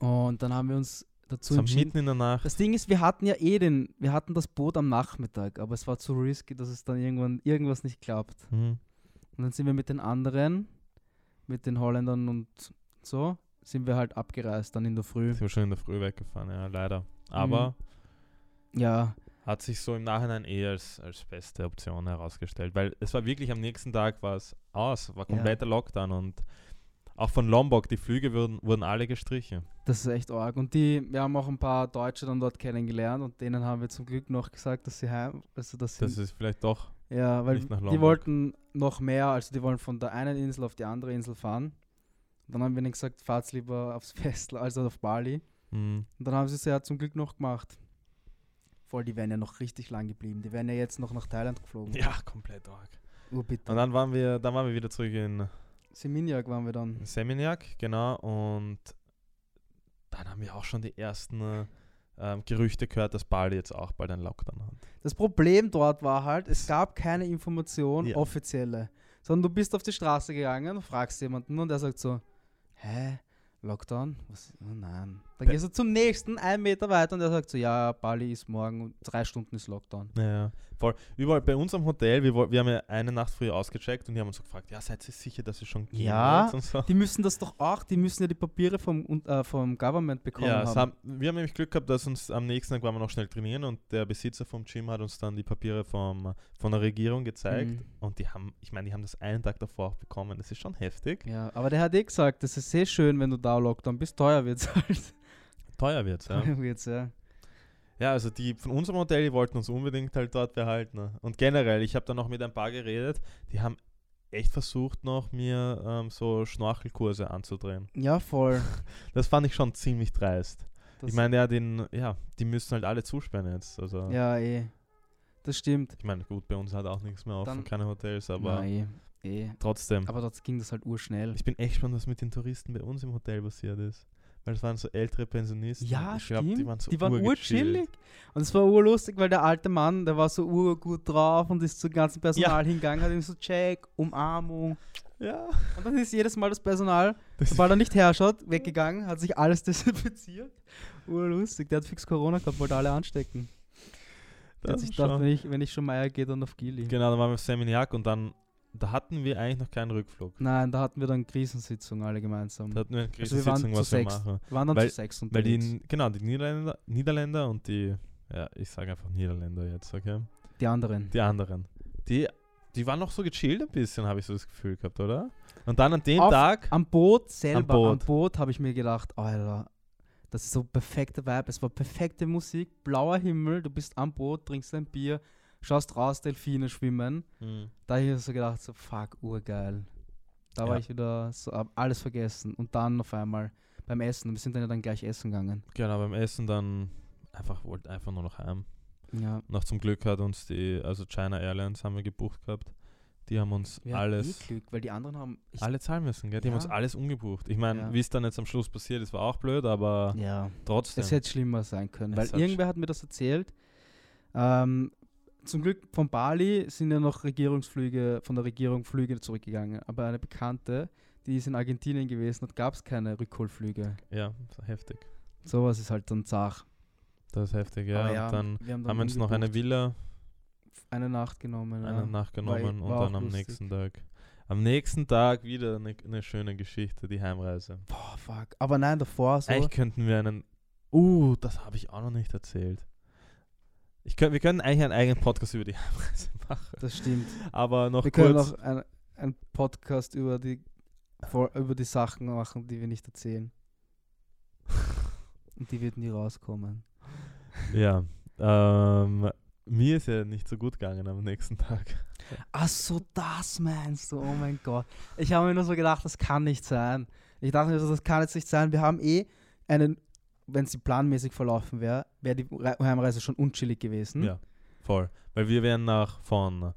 Und dann haben wir uns dazu so entschieden. mitten in der Nacht. Das Ding ist, wir hatten ja eh den, wir hatten das Boot am Nachmittag, aber es war zu risky, dass es dann irgendwann irgendwas nicht klappt. Mhm. Und dann sind wir mit den anderen, mit den Holländern und so, sind wir halt abgereist dann in der Früh. Sind wir schon in der Früh weggefahren, ja, leider. Mhm. Aber Ja, hat sich so im Nachhinein eh als, als beste Option herausgestellt, weil es war wirklich am nächsten Tag war es aus, war Ja. kompletter Lockdown und auch von Lombok, die Flüge wurden, wurden alle gestrichen. das ist echt arg. Und die, wir haben auch ein paar Deutsche dann dort kennengelernt und denen haben wir zum Glück noch gesagt, dass sie heim, also dass sie, Das ist vielleicht doch ja, weil nicht nach die Lombok. wollten noch mehr, also die wollen von der einen Insel auf die andere Insel fahren. Dann haben wir ihnen gesagt, fahrt lieber aufs Festland, also auf Bali. Mhm. Und dann haben sie es ja zum Glück noch gemacht. Voll, die wären ja noch richtig lang geblieben. Die wären ja jetzt noch nach Thailand geflogen. Ja, komplett arg. Urbitter. Und dann waren wir, dann waren wir wieder zurück in Seminyak waren wir Mhm. dann. Seminyak, genau, und dann haben wir auch schon die ersten äh, ähm, Gerüchte gehört, dass Bali jetzt auch bald einen Lockdown hat. Das Problem dort war halt, es gab keine Information, Ja. offizielle. Sondern du bist auf die Straße gegangen und fragst jemanden und der sagt so, hä, Lockdown? Was? Oh nein. Dann Pe- gehst du zum nächsten, einen Meter weiter und der sagt so, ja, Bali ist morgen und drei Stunden ist Lockdown. Ja, voll. Überall bei uns am Hotel, wir, woll- wir haben ja eine Nacht früher ausgecheckt und die haben uns so gefragt, ja, seid ihr sicher, dass ihr schon gehen Ja, wollt und so. Die müssen das doch auch, die müssen ja die Papiere vom, und, äh, vom Government bekommen Ja, es haben, haben. wir haben nämlich Glück gehabt, dass uns am nächsten Tag waren wir noch schnell trainieren und der Besitzer vom Gym hat uns dann die Papiere vom, von der Regierung gezeigt Mhm. und die haben, ich meine, die haben das einen Tag davor auch bekommen. Das ist schon heftig. Ja, aber der hat eh gesagt, das ist sehr schön, wenn du da Lockdown bist, teuer wird's halt. Teuer wird's, ja. Teuer wird's, ja. Ja, also die von unserem Hotel, die wollten uns unbedingt halt dort behalten. ne? Und generell, ich habe dann noch mit ein paar geredet, die haben echt versucht noch mir ähm, so Schnorchelkurse anzudrehen. Ja, voll. Das fand ich schon ziemlich dreist. Das- ich meine, ja, den, ja, die müssen halt alle zusperren jetzt. Also Ja, eh. Das stimmt. Ich meine, gut, bei uns hat auch nichts mehr offen, Dann- keine Hotels, aber Nein, eh. trotzdem. Aber dort ging das halt urschnell. ich bin echt gespannt, was mit den Touristen bei uns im Hotel passiert ist. Weil es waren so ältere Pensionisten. Ja, ich glaub, stimmt. Die waren so urgechillt. urchillig. Und es war urlustig, weil der alte Mann, der war so urgut drauf und ist zum ganzen Personal hingegangen, hat ihm so Check, Umarmung. Ja. Und dann ist jedes Mal das Personal, Das sobald er nicht herschaut, weggegangen, hat sich alles desinfiziert. Urlustig, der hat fix Corona gehabt, wollte alle anstecken. Der hat das sich ist gedacht, schon- wenn ich, wenn ich schon Meier gehe, dann auf Gili. Genau, dann waren wir auf Seminyak und dann, da hatten wir eigentlich noch keinen Rückflug. Nein, da hatten wir dann Krisensitzung alle gemeinsam. Da hatten wir eine Also wir Krisensitzung, waren zu was wir sechst. machen. waren dann weil- zu sechs Weil die, unterwegs. N- genau, die Niederländer, Niederländer und die, ja, ich sage einfach Niederländer jetzt, okay? die anderen. Die anderen. Die, die waren noch so gechillt ein bisschen, habe ich so das Gefühl gehabt, oder? Und dann an dem Auf- Ah. Tag, Am Boot selber, am Boot, Boot. habe ich mir gedacht, Alter, das ist so perfekter Vibe. Es war perfekte Musik, blauer Himmel, du bist am Boot, trinkst ein Bier, schaust raus, Delfine schwimmen. Hm. Da habe ich mir so gedacht, so fuck, urgeil. Da Ja. war ich wieder so, hab alles vergessen. Und dann auf einmal beim Essen, wir sind dann ja dann gleich essen gegangen. genau, beim Essen dann einfach, wollte einfach nur noch heim. Ja. Noch zum Glück hat uns die, also China Airlines haben wir gebucht gehabt. Die haben uns Wir hatten eh alles, Glück, weil die anderen haben. Ich, alle zahlen müssen, gell? Die haben uns Ja. alles umgebucht. Ich meine, Ja. wie es dann jetzt am Schluss passiert ist, war auch blöd, aber ja. trotzdem. Es hätte schlimmer sein können, Es weil hat sch- irgendwer hat mir das erzählt. Ähm, zum Glück von Bali sind ja noch Regierungsflüge, von der Regierung Flüge zurückgegangen. Aber eine Bekannte, die ist in Argentinien gewesen, dort gab es keine Rückholflüge. ja, das war heftig. Sowas ist halt dann zach. Das ist heftig, ja. Aber Und dann wir haben, dann haben wir uns noch eine umgebucht. Villa eine Nacht genommen. einen ja. nachgenommen war- und war dann auch am lustig. nächsten Tag. Am nächsten Tag wieder eine, eine schöne Geschichte, die Heimreise. Boah, fuck. Aber nein, davor so. Eigentlich könnten wir einen. Uh, das habe ich auch noch nicht erzählt. Ich könnt, wir können eigentlich einen eigenen Podcast über die Heimreise machen. Das stimmt. Aber noch wir können kurz. noch ein- einen Podcast über die, vor, über die Sachen machen, die wir nicht erzählen. Und die wird nie rauskommen. ja. Ähm, mir ist ja nicht so gut gegangen am nächsten Tag. Ach so, das meinst du? Oh mein Gott. Ich habe mir nur so gedacht, das kann nicht sein. Ich dachte mir so, das kann jetzt nicht sein. Wir haben eh einen, wenn sie planmäßig verlaufen wäre, wäre die Re Heimreise schon unchillig gewesen. Ja. Voll. Weil wir wären nach von.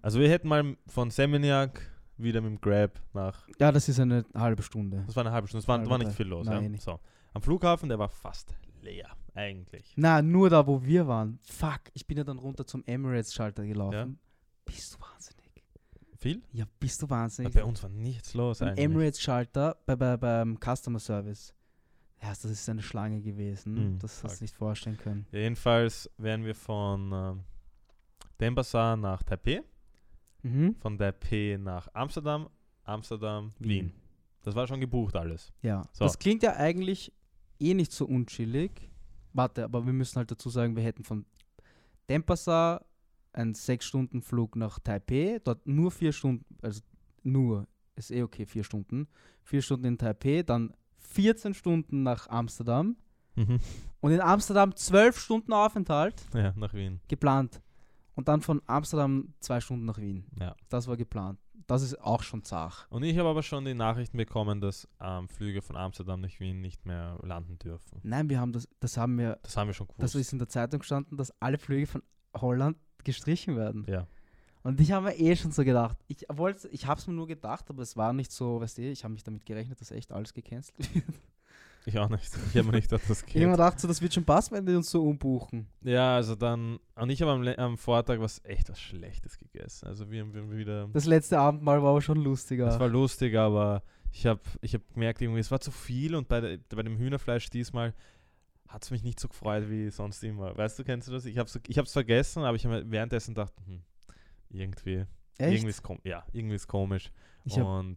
Also wir hätten mal von Seminyak wieder mit dem Grab nach Ja, das ist eine halbe Stunde. Das war eine halbe Stunde. Es war, Halbe war nicht drei. viel los. Nein, eh ja. nicht. so. Am Flughafen, der war fast leer, eigentlich. Na, nur da, wo wir waren. Fuck, ich bin ja dann runter zum Emirates-Schalter gelaufen. Bist du wahnsinnig? Viel? Ja, bist du Ja, wahnsinnig? bei uns war nichts los Am eigentlich. Emirates-Schalter bei, bei, beim Customer Service. Ja, das ist eine Schlange gewesen. Mm, das hast fuck. du nicht vorstellen können. Jedenfalls wären wir von ähm, Denpasar nach Taipei, Mhm. von Taipei nach Amsterdam, Amsterdam, Wien. Das war schon gebucht alles. Ja, So. das klingt ja eigentlich eh nicht so unchillig. Warte, aber wir müssen halt dazu sagen, wir hätten von Denpasar einen 6-Stunden-Flug nach Taipei, dort nur 4 Stunden, also nur, ist eh okay, 4 Stunden. 4 Stunden in Taipei, dann 14 Stunden nach Amsterdam Mhm. und in Amsterdam 12 Stunden Aufenthalt Ja, nach Wien. geplant. Und dann von Amsterdam 2 Stunden nach Wien. Ja. Das war geplant. Das ist auch schon zach. Und ich habe aber schon die Nachrichten bekommen, dass ähm, Flüge von Amsterdam nach Wien nicht mehr landen dürfen. Nein, wir haben das, das haben wir Das haben wir schon Das gewusst. ist in der Zeitung gestanden, dass alle Flüge von Holland gestrichen werden. ja. Und ich habe mir eh schon so gedacht. Ich wollte, ich habe es mir nur gedacht, aber es war nicht so, weißt du, ich habe nicht damit gerechnet, dass echt alles gecancelt wird. Ich auch nicht. Ich habe mir nicht gedacht, das Ich geht. habe mir gedacht, so, das wird schon passen, wenn die uns so umbuchen. Ja, also dann, und ich habe am, Le- am Vortag was echt was Schlechtes gegessen. Also wir haben wir haben wieder, Das letzte Abendmahl war aber schon lustiger. das war lustig, aber ich habe ich hab gemerkt, irgendwie, es war zu viel und bei, der, bei dem Hühnerfleisch diesmal hat es mich nicht so gefreut wie sonst immer. Weißt du, kennst du das? Ich habe es ich hab's vergessen, aber ich habe währenddessen gedacht, hm, irgendwie, irgendwie echt? ist, kom ja, irgendwie ist komisch. Ich hab, und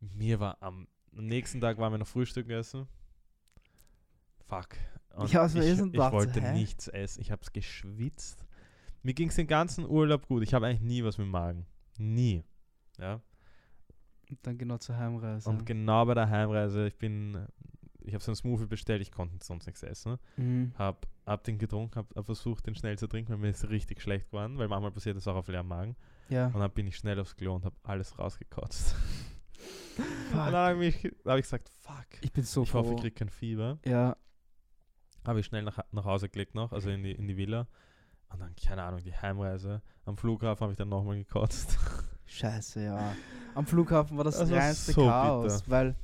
mir war am, am nächsten Tag waren wir noch Frühstück essen. Fuck. Und Ich hab's mir eh ich, so ich gedacht, so, wollte hä? nichts essen. Ich hab's geschwitzt. Mir ging's den ganzen Urlaub gut. Ich habe eigentlich nie was mit dem Magen. Nie. Ja. dann genau zur Heimreise. Und genau bei der Heimreise, ich bin, ich habe so einen Smoothie bestellt, ich konnte sonst nichts essen. Mhm. Hab, hab den getrunken, hab, hab versucht, den schnell zu trinken, weil mir ist richtig schlecht geworden, weil manchmal passiert das auch auf leerem Magen. Ja. Und dann bin ich schnell aufs Klo und hab alles rausgekotzt. Und Fuck. dann habe ich, mich- da hab ich gesagt, fuck. Ich bin so Ich froh. hoffe, ich kriege kein Fieber. ja, Habe ich schnell nach, nach Hause gelegt noch, also in die, in die Villa. Und dann, keine Ahnung, die Heimreise. Am Flughafen habe ich dann nochmal gekotzt. Scheiße, ja. Am Flughafen war das, Das war reinste so Chaos, bitter. weil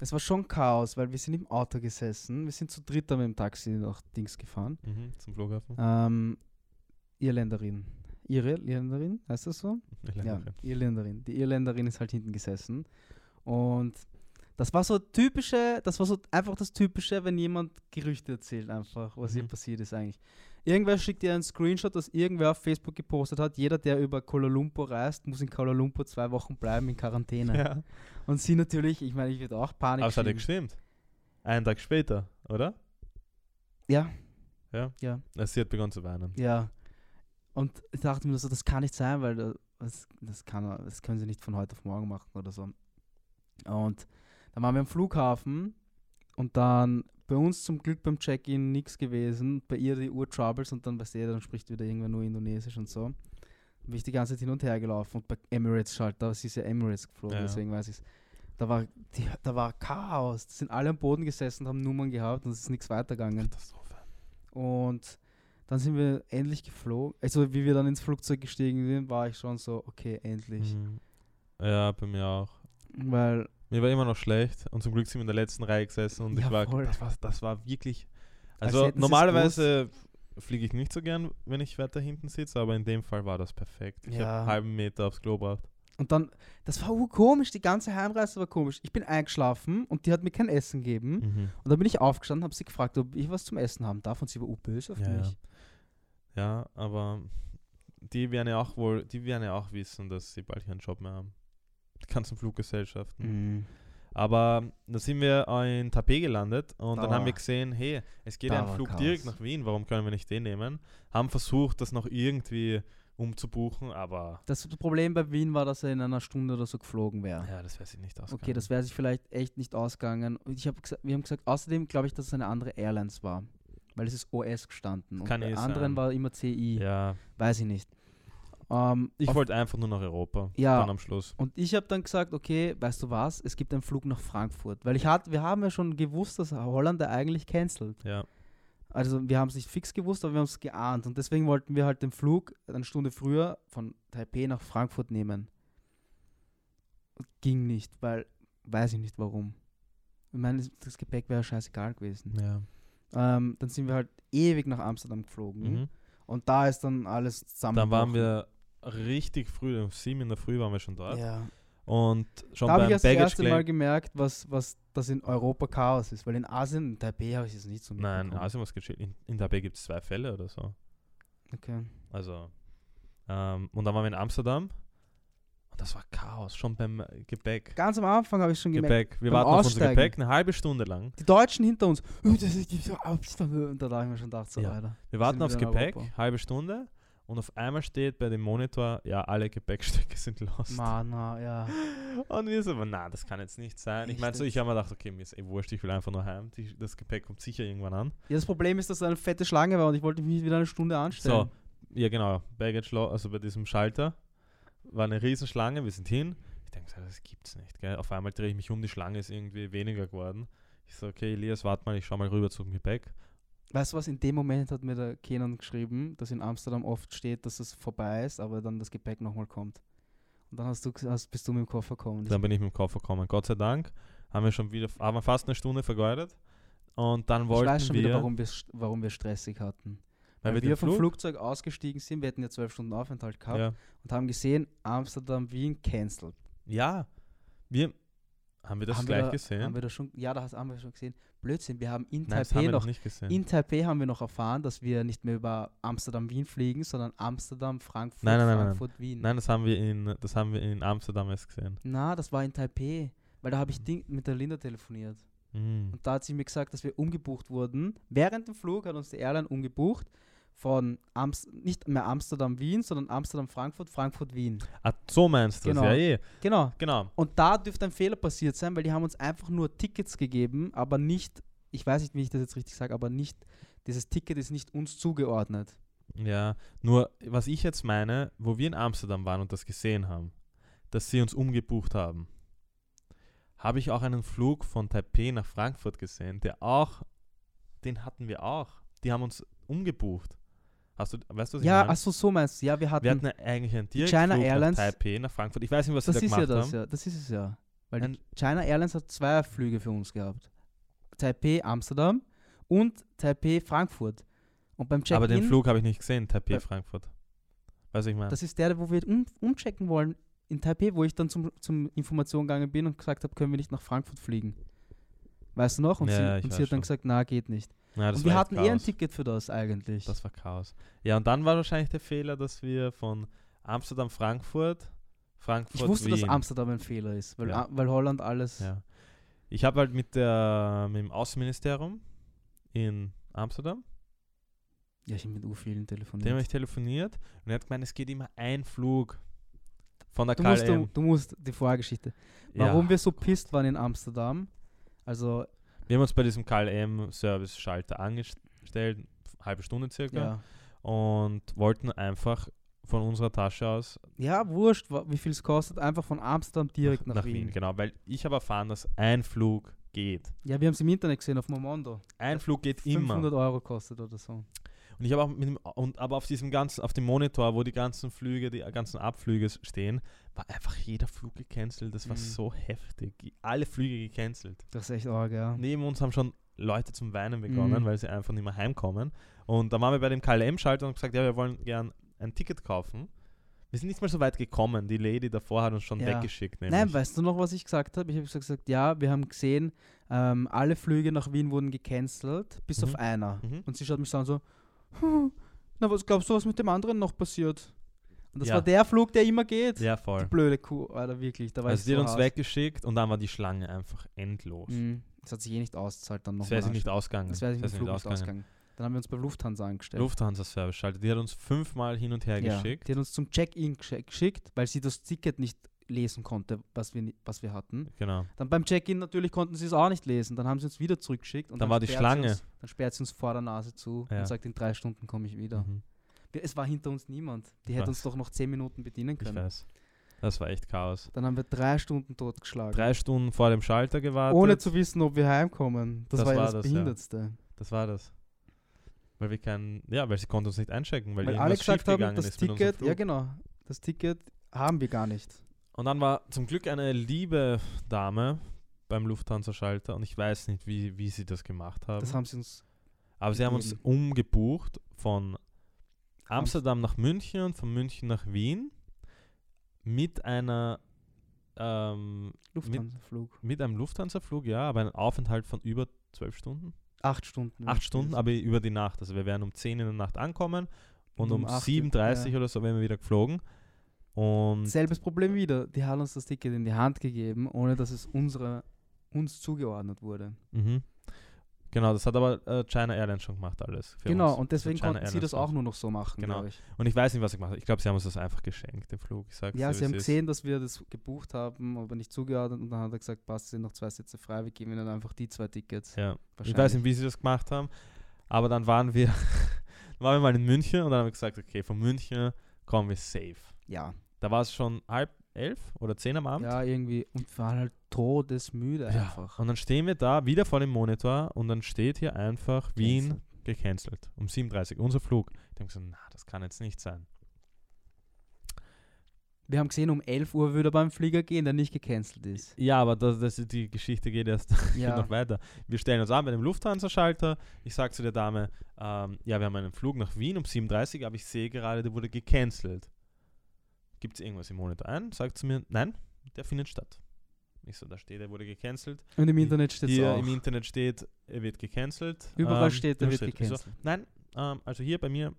es war schon Chaos, weil wir sind im Auto gesessen, wir sind zu dritt dann mit dem Taxi nach Dings gefahren. Mhm, zum Flughafen. Ähm, Irländerin. Ihre Irländerin, heißt das so? Ich lerne Ja, noch ein. Irländerin. Die Irländerin ist halt hinten gesessen. Und das war so typische, das war so einfach das Typische, wenn jemand Gerüchte erzählt, einfach, was hier Mhm. passiert ist eigentlich. Irgendwer schickt dir einen Screenshot, das irgendwer auf Facebook gepostet hat. Jeder, der über Kuala Lumpur reist, muss in Kuala Lumpur zwei Wochen bleiben in Quarantäne. ja. Und sie natürlich, ich meine, ich würde auch Panik Aber es hat ja kriegen. gestimmt. Einen Tag später, oder? Ja. Ja. Ja. Also Sie hat begonnen zu weinen. Ja. Und ich dachte mir so, das kann nicht sein, weil da- das, das, kann, das können sie nicht von heute auf morgen machen oder so. Und dann waren wir am Flughafen und dann bei uns zum Glück beim Check-in nichts gewesen, bei ihr die Uhr Troubles und dann weißt du, dann spricht wieder irgendwer nur Indonesisch und so. Bin ich die ganze Zeit hin und her gelaufen und bei Emirates Schalter, sie ist ja Emirates geflogen, Ja. deswegen weiß ich es. Da war, die, da war Chaos. Die sind alle am Boden gesessen, haben Nummern gehabt und es ist nichts weitergegangen. Katastrophe. Und dann sind wir endlich geflogen. Also wie wir dann ins Flugzeug gestiegen sind, war ich schon so, okay, endlich. Mhm. Ja, bei mir auch. Mhm. Weil, Mir war immer noch schlecht und zum Glück sind wir in der letzten Reihe gesessen und ich Ja, war, voll. das war, das war wirklich. Als Also hätten sie's normalerweise fliege ich nicht so gern, wenn ich weiter hinten sitze, aber in dem Fall war das perfekt. Ich habe Ja. einen halben Meter aufs Klo gebracht. und dann, das war komisch, die ganze Heimreise war komisch. Ich bin eingeschlafen und die hat mir kein Essen gegeben. Mhm. Und dann bin ich aufgestanden, habe sie gefragt, ob ich was zum Essen haben darf und sie war böse auf Ja, ja. mich. Ja, aber die werden ja auch wohl, die werden ja auch wissen, dass sie bald keinen Job mehr haben. Die ganzen Fluggesellschaften. Mhm. Aber da sind wir in Taipei gelandet und dann Da haben wir war- gesehen, hey, es geht Ah. da ja ein war Flug Chaos. direkt nach Wien, warum können wir nicht den nehmen? Haben versucht, das noch irgendwie umzubuchen, aber Das Problem bei Wien war, dass er in einer Stunde oder so geflogen wäre. ja, das wäre sich nicht aus. Okay, das wäre sich vielleicht echt nicht ausgegangen. Und Ich hab gesa- wir haben gesagt, außerdem glaube ich, dass es eine andere Airlines war. Weil es ist OS gestanden. Und Kann eh bei anderen sein. war immer CI. Ja, Weiß ich nicht. Ähm, ich auf- wollte einfach nur nach Europa. Ja. Dann am Schluss. und ich habe dann gesagt, okay, weißt du was, es gibt einen Flug nach Frankfurt. Weil ich hat, wir haben ja schon gewusst, dass Holland ja eigentlich cancelt. Ja. Also wir haben es nicht fix gewusst, aber wir haben es geahnt. Und deswegen wollten wir halt den Flug eine Stunde früher von Taipei nach Frankfurt nehmen. Ging nicht, weil weiß ich nicht warum. Ich meine, das- das Gepäck wäre scheißegal gewesen. ja. Ähm, dann sind wir halt ewig nach Amsterdam geflogen. Mhm. Und da ist dann alles zusammen. Dann waren wir richtig früh, um sieben in der Früh waren wir schon dort. Ja. Und schon Da habe beim ich erst das Baggage erste Mal Claim. gemerkt, was, was das in Europa Chaos ist. Weil in Asien, in Taipei habe ich es nicht so Nein, in mitbekommen. Asien was gechillt. In, in Taipei gibt es zwei Fälle oder so. Okay. Also, ähm, und dann waren wir in Amsterdam und das war Chaos, schon beim äh, Gepäck. Ganz am Anfang habe ich schon gemerkt, Gepäck. Wir beim warten auf unser Aussteigen. Gepäck eine halbe Stunde lang. die Deutschen hinter uns, "Oh, das ist die Amsterdam. Und da habe ich mir schon gedacht, so Ja. Alter. Wir warten wir aufs in Gepäck, Europa? halbe Stunde und auf einmal steht bei dem Monitor, ja, alle Gepäckstücke sind lost. Mana, ja. Und wir so, aber na, das kann jetzt nicht sein. Ich Echt meine, so, jetzt? ich habe mir gedacht, okay, mir ist eh wurscht, ich will einfach nur heim. Die, das Gepäck kommt sicher irgendwann an. ja. Das Problem ist, dass da eine fette Schlange war und ich wollte mich nicht wieder eine Stunde anstellen. Ja, genau. Baggage Law, also bei diesem Schalter, war eine Riesenschlange. Wir sind hin. Ich denke, das gibt's nicht. Gell? Auf einmal drehe ich mich um, die Schlange ist irgendwie weniger geworden. Ich so, okay, Elias, warte mal, ich schau mal rüber zum Gepäck. Weißt du was, in dem Moment hat mir der Kenan geschrieben, dass in Amsterdam oft steht, dass es vorbei ist, aber dann das Gepäck nochmal kommt. Und dann hast du, ges- hast, bist du mit dem Koffer gekommen. Dann bin ich mit dem Koffer gekommen. Gott sei Dank haben wir schon wieder, haben wir fast eine Stunde vergeudet. Und dann ich wollten weiß schon wir, wieder, warum wir, st- warum wir stressig hatten. weil wir, wir den vom Flug, Flugzeug ausgestiegen sind, wir hätten ja zwölf Stunden Aufenthalt gehabt ja, und haben gesehen, Amsterdam, Wien cancelled. ja, wir haben wir das haben gleich wir da, Haben gesehen. wir das schon, ja, da hast- haben wir schon gesehen. Blödsinn, wir haben in Nein, das haben Taipei wir noch noch. nicht gesehen. In Taipei haben wir noch erfahren, dass wir nicht mehr über Amsterdam-Wien fliegen, sondern Amsterdam, Frankfurt, Nein, nein, nein, nein. Frankfurt-Wien. Nein, das haben wir in, das haben wir in Amsterdam erst gesehen. Na, das war in Taipei, weil da habe ich Ding mit der Linda telefoniert. Mhm. Und da hat sie mir gesagt, dass wir umgebucht wurden. Während dem Flug hat uns die Airline umgebucht von Amst nicht mehr Amsterdam-Wien, sondern Amsterdam-Frankfurt, Frankfurt-Wien. Ah, so meinst du das? Genau. Ja, eh. Genau. Genau. Und da dürfte ein Fehler passiert sein, weil die haben uns einfach nur Tickets gegeben, aber nicht, ich weiß nicht, wie ich das jetzt richtig sage, aber nicht, dieses Ticket ist nicht uns zugeordnet. Ja. Nur, was ich jetzt meine, wo wir in Amsterdam waren und das gesehen haben, dass sie uns umgebucht haben, habe ich auch einen Flug von Taipei nach Frankfurt gesehen, der auch, den hatten wir auch. Die haben uns umgebucht. Hast du, weißt du, was Ja, ich meine? achso, so meinst du. Ja, wir hatten. Wir hatten ja eigentlich einen Direktflug China nach Airlines- Taipei, nach Frankfurt. Ich weiß nicht, was das sie ist da ja gemacht das, haben. ja. Das ist es ja. Weil Ein- die China Airlines hat zwei Flüge für uns gehabt. Taipei, Amsterdam und Taipei, Frankfurt. Und beim Check-in, Aber den Flug habe ich nicht gesehen, Taipei, Äh, Frankfurt. Weißt du, ich meine? das ist der, wo wir um, umchecken wollen in Taipei, wo ich dann zum, zum Information gegangen bin und gesagt habe, können wir nicht nach Frankfurt fliegen. Weißt du noch? Und Ja, ja, sie, ich und weiß sie hat dann schon. gesagt, na, geht nicht. Ja, das und wir war echt hatten eher ein Chaos. Ticket für das eigentlich. Das war Chaos. Ja, und dann war wahrscheinlich der Fehler, dass wir von Amsterdam, Frankfurt, Frankfurt, ich wusste, Wien. dass Amsterdam ein Fehler ist, weil, Ja. A- weil Holland alles. Ja. Ich habe halt mit, der, mit dem Außenministerium in Amsterdam, Ja, ich habe mit u vielen mit dem habe telefoniert. ich telefoniert und er hat gemeint, es geht immer ein Flug von der Du musst, du, KLM. du musst die Vorgeschichte. Warum wir so pisst waren in Amsterdam. Also, Wir haben uns bei diesem KLM-Service-Schalter angestellt, halbe Stunde circa, ja. und wollten einfach von unserer Tasche aus Ja, wurscht, wa- wie viel es kostet. Einfach von Amsterdam direkt nach, Wien. Genau, weil ich habe erfahren, dass ein Flug geht. Ja, wir haben es im Internet gesehen auf Momondo. Ein Flug geht immer. 500 Euro kostet oder so. Und ich habe auch mit dem, und aber auf diesem ganzen, auf dem Monitor, wo die ganzen Flüge, die ganzen Abflüge s- stehen, war einfach jeder Flug gecancelt. Das war Mhm. so heftig. Je- Alle Flüge gecancelt. Das ist echt arg, ja. Neben uns haben schon Leute zum Weinen begonnen, Mhm. weil sie einfach nicht mehr heimkommen. Und da waren wir bei dem KLM-Schalter und haben gesagt, ja, wir wollen gern ein Ticket kaufen. Wir sind nicht mal so weit gekommen. Die Lady davor hat uns schon Ja. weggeschickt. Nämlich. Nein, weißt du noch, was ich gesagt habe? Ich habe so gesagt, ja, wir haben gesehen, ähm, alle Flüge nach Wien wurden gecancelt, bis auf Mhm. einer. Mhm. Und sie schaut mich so an so, hm, na, was glaubst du, was mit dem anderen noch passiert? Und das Ja. war der Flug, der immer geht. Ja, Die voll. blöde Kuh, Alter, wirklich. Da war Also ich die so hat uns raus. weggeschickt und dann war die Schlange einfach endlos. Mhm. Das hat sich eh nicht ausgezahlt, dann Das nochmal. wäre sie nicht ausgegangen. Das wäre sich Das mit wär dem Flug nicht ausgegangen. Dann haben wir uns bei Lufthansa angestellt. Lufthansa Service schaltet. Die hat uns fünfmal hin und her ja. geschickt. Die hat uns zum Check-in gesch- geschickt, weil sie das Ticket nicht lesen konnte, was wir, ni- was wir hatten. Genau. Dann beim Check-in natürlich konnten sie es auch nicht lesen. Dann haben sie uns wieder zurückgeschickt. Und Dann war die sperrt sie Schlange. Uns, dann sperrt sie uns vor der Nase zu Ja. und sagt, in drei Stunden komme ich wieder. Mhm. Wir- Es war hinter uns niemand. Die Ich hätte uns weiß. doch noch zehn Minuten bedienen Ich können. weiß. Das war echt Chaos. Dann haben wir drei Stunden totgeschlagen. Drei Stunden vor dem Schalter gewartet. ohne zu wissen, ob wir heimkommen. Das, Das war ja war das, das, ja. Behindertste. das war das. Weil wir keinen, ja, weil sie konnten uns nicht einchecken, weil, Weil irgendwas alle gesagt haben, schiefgegangen das ist mit unserem Ticket, ja Flug. genau, das Ticket haben wir gar nicht. Und dann war zum Glück eine liebe Dame beim Lufthansa Schalter und ich weiß nicht, wie, wie sie das gemacht haben. Das haben sie uns Aber sie haben uns gegeben. umgebucht von Amsterdam nach München und von München nach Wien mit einer ähm, Lufthansa-Flug. mit einem Lufthansa-Flug, ja, aber einen Aufenthalt von über zwölf Stunden. Acht Stunden. Acht Stunden, ab. aber über die Nacht. Also wir werden um 10 in der Nacht ankommen und, Und um um, acht, 7.30 ja. oder so werden wir wieder geflogen. Und Selbes Problem wieder. Die haben uns das Ticket in die Hand gegeben, ohne dass es unsere, uns zugeordnet wurde. mhm. genau, das hat aber äh, China Airlines schon gemacht alles. für genau, uns. und Das hat deswegen China konnten sie Airlines das auch gemacht. nur noch so machen, Genau. genau. glaube ich. Und ich weiß nicht, was sie gemacht haben. Ich glaube, sie haben uns das einfach geschenkt, den Flug. Ich sag's Ja, dir, sie wie haben es ist. gesehen, dass wir das gebucht haben, aber nicht zugeordnet und dann hat er gesagt, passt, es sind noch zwei Sätze frei, wir geben ihnen einfach die zwei Tickets. Ja. Ich weiß nicht, wie sie das gemacht haben, aber dann waren wir, dann waren wir mal in München und dann haben wir gesagt, okay, von München kommen wir safe. Ja. Da war es schon halb elf oder zehn am Abend. ja, irgendwie. Und wir waren halt todesmüde Ja. einfach. Und dann stehen wir da wieder vor dem Monitor und dann steht hier einfach Wien gecancelt. Um 37, unser Flug. Ich denke so, na, das kann jetzt nicht sein. Wir haben gesehen, um 11 Uhr würde er beim Flieger gehen, der nicht gecancelt ist. Ja, aber das, das, die Geschichte geht erst Ja. noch weiter. Wir stellen uns an bei dem Lufthansa-Schalter. Ich sage zu der Dame, ähm, ja, wir haben einen Flug nach Wien um 37, aber ich sehe gerade, der wurde gecancelt. Gibt es irgendwas im Monitor ein? Sagt sie mir, nein, der findet statt. Ich so, da steht, er wurde gecancelt. Und im Internet steht es Hier auch. im Internet steht, er wird gecancelt. Überall Ähm, steht, er wird Ich so, gecancelt. Nein, ähm, also hier bei mir,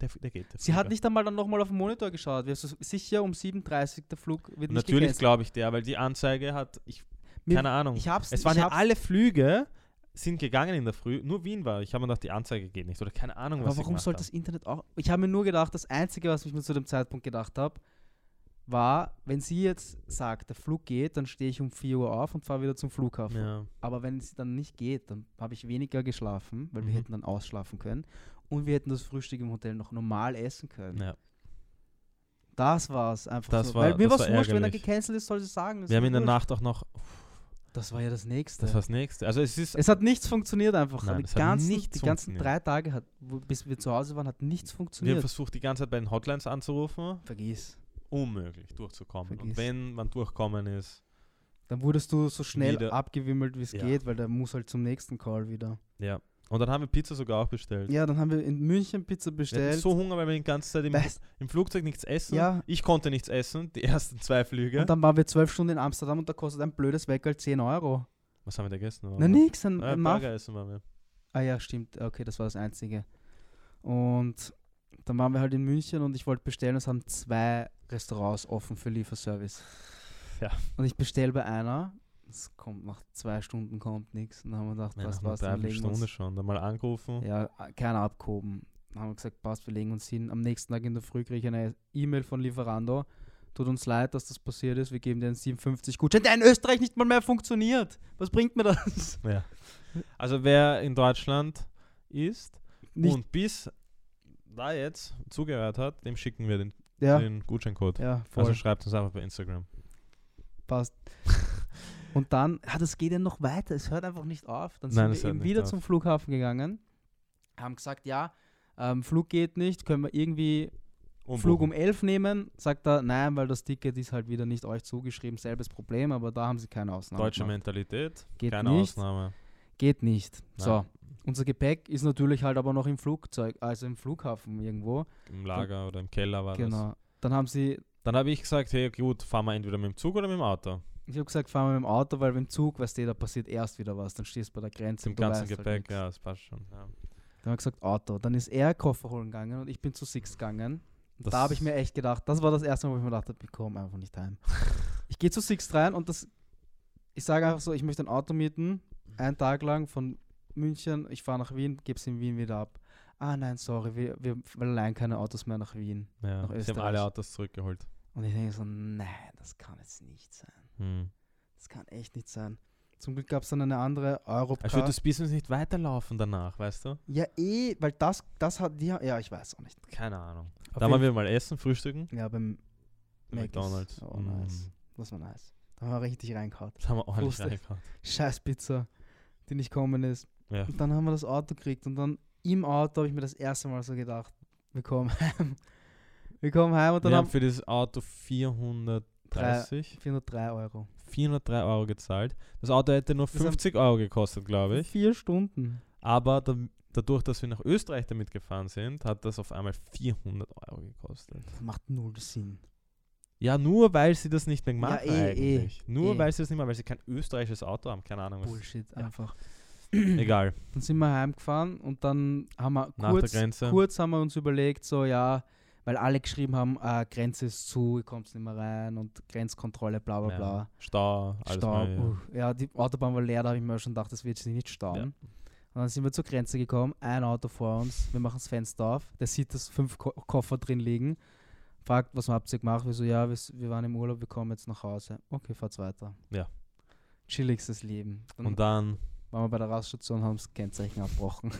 der, der geht. Der Sie hat Flieger. nicht einmal dann nochmal auf den Monitor geschaut. Wir haben so sicher um 7.30 Uhr der Flug wird Und nicht Natürlich gecancelt. glaube ich der, weil die Anzeige hat, ich, Mir- keine Ahnung. Ich hab's, Es waren ich ja hab's, alle Flüge sind gegangen in der Früh, nur Wien war. Ich habe mir gedacht, die Anzeige geht nicht oder keine Ahnung, aber was warum sie sollte gemacht das Internet auch... Ich habe mir nur gedacht, das Einzige, was ich mir zu dem Zeitpunkt gedacht habe, war, wenn sie jetzt sagt, der Flug geht, dann stehe ich um 4 Uhr auf und fahre wieder zum Flughafen. haben. Aber wenn es dann nicht geht, dann habe ich weniger geschlafen, weil wir Mhm. hätten dann ausschlafen können und wir hätten das Frühstück im Hotel noch normal essen können. Ja. Ja. Das war's einfach Das so. war- weil mir das war's war wurscht, wenn er ärgerlich. gecancelt ist, soll sie sagen. das Wir ist haben mir in der wurscht. Nacht auch noch Das war ja das Nächste. Das war das nächste. Also es ist es hat nichts funktioniert einfach. Nein, die, es hat ganzen, nichts die ganzen funktioniert. drei Tage, hat, wo, bis wir zu Hause waren, hat nichts Wir haben funktioniert. versucht, die ganze Zeit bei den Hotlines anzurufen. Vergiss. Unmöglich durchzukommen. Und Vergiss. wenn man durchkommen ist, Dann wurdest du so schnell Wieder- abgewimmelt, wie es Ja. geht, weil der muss halt zum nächsten Call wieder. ja. Und dann haben wir Pizza sogar auch bestellt. Ja, dann haben wir in München Pizza Wir hatten bestellt. so Hunger, weil wir die ganze Zeit im, Weißt- im Flugzeug nichts essen. Ja. Ich konnte nichts essen, die ersten zwei Flüge. Und dann waren wir zwölf Stunden in Amsterdam und da kostet ein blödes Weckerl 10 Euro. Was haben wir da gegessen? Na nix, ein, Äh, ein Muff. Burger essen waren wir. Ah ja, stimmt. Okay, das war das Einzige. Und dann waren wir halt in München und ich wollte bestellen. Es haben zwei Restaurants offen für Lieferservice. Ja. Und ich bestelle bei einer. Es kommt nach zwei Stunden kommt nichts. Und dann haben wir gedacht, Ja, was nach war's, dann einer legen wir Stunde uns. schon. Dann mal angerufen. Ja, keiner abgehoben. Dann haben wir gesagt, passt, wir legen uns hin. Am nächsten Tag in der Früh kriege ich eine E-Mail von Lieferando. Tut uns leid, dass das passiert ist. Wir geben dir einen 57 Gutschein, der in Österreich nicht mal mehr funktioniert. Was bringt mir das? Ja. Also wer in Deutschland ist Nicht, und bis da jetzt zugehört hat, dem schicken wir den, ja, den Gutscheincode. ja, voll. also schreibt uns einfach bei Instagram. Passt. Und dann, ah, das geht ja noch weiter, es hört einfach nicht auf. Dann Nein, es sind wir hört eben nicht wieder auf. zum Flughafen gegangen, haben gesagt, ja, ähm, Flug geht nicht, können wir irgendwie Flug um 11 nehmen? Sagt er, nein, weil das Ticket ist halt wieder nicht euch zugeschrieben, selbes Problem, aber da haben sie keine Ausnahme. Deutsche gemacht. Mentalität, Geht keine nicht. Ausnahme. Geht nicht. So, Nein. unser Gepäck ist natürlich halt aber noch im Flugzeug, also im Flughafen irgendwo. Im Lager oder im Keller war das. genau. Dann haben sie, Dann habe ich gesagt, hey gut, fahren wir entweder mit dem Zug oder mit dem Auto. ich habe gesagt, fahren wir mit dem Auto, weil im Zug, weißt du, da passiert erst wieder was, dann stehst du bei der Grenze. Zum und du ganzen weißt halt Gepäck, nix. ja, das passt schon. Ja. Dann haben wir gesagt, Auto. Dann ist er Koffer holen gegangen und ich bin zu Six gegangen. Und Das- da habe ich mir echt gedacht, das war das erste Mal, wo ich mir gedacht habe, ich komme einfach nicht heim. ich gehe zu Six rein und das, ich sage einfach so, ich möchte ein Auto mieten, einen Tag lang von München, ich fahre nach Wien, gebe es in Wien wieder ab. Ah nein, sorry, wir, wir wir leihen keine Autos mehr nach Wien. Nach Ja. Sie haben Österreich. alle Autos zurückgeholt. Und ich denke so, nein, das kann jetzt nicht sein. Hm. Das kann echt nicht sein. Zum Glück gab es dann eine andere Europcar. Also wird das Business nicht weiterlaufen danach, weißt du? ja, eh, weil das, das hat die, ja, ich weiß auch nicht. Keine Ahnung. Auf Da jeden waren wir mal essen, frühstücken. Ja, beim Mac ist- McDonalds. Oh, nice. Mm. Das war nice. Da haben wir richtig reingehaut. Das haben wir ordentlich Wusste. reingekaut. Scheiß Pizza, die nicht kommen ist. Ja. Und dann haben wir das Auto gekriegt und dann im Auto habe ich mir das erste Mal so gedacht, wir kommen heim. Wir kommen heim und dann wir haben haben für dieses Auto 430, wir 403 Euro. 403 Euro gezahlt. Das Auto hätte nur Das haben- 50 Euro gekostet, glaube ich. Vier Stunden. Aber da, dadurch, dass wir nach Österreich damit gefahren sind, hat das auf einmal 400 Euro gekostet. Das macht null Sinn. Ja, nur weil sie das nicht mehr Ja, machen eh, eh, eigentlich. nur eh. weil sie das nicht mehr, weil sie kein österreichisches Auto haben. Keine Ahnung. Was. Bullshit, Ja. einfach. Egal. Dann sind wir heimgefahren und dann haben wir Nach kurz, der Grenze. kurz haben wir uns überlegt, so ja, weil alle geschrieben haben, ah, Grenze ist zu, ihr kommt nicht mehr rein und Grenzkontrolle, bla bla Ja. bla. Stau, alles Stau. Mögliche. uh, ja, die Autobahn war leer, da habe ich mir schon gedacht, das wird sich nicht stauen. Ja. Und dann sind wir zur Grenze gekommen, ein Auto vor uns, wir machen das Fenster auf, der sieht, dass fünf Ko Koffer drin liegen, fragt, was habt ihr gemacht? Wir so, ja, wir, s- wir waren im Urlaub, wir kommen jetzt nach Hause. Okay, fahrt's weiter. Ja. Chilligstes Leben. Dann Und dann, waren wir bei der Raststation, haben das Kennzeichen abbrochen.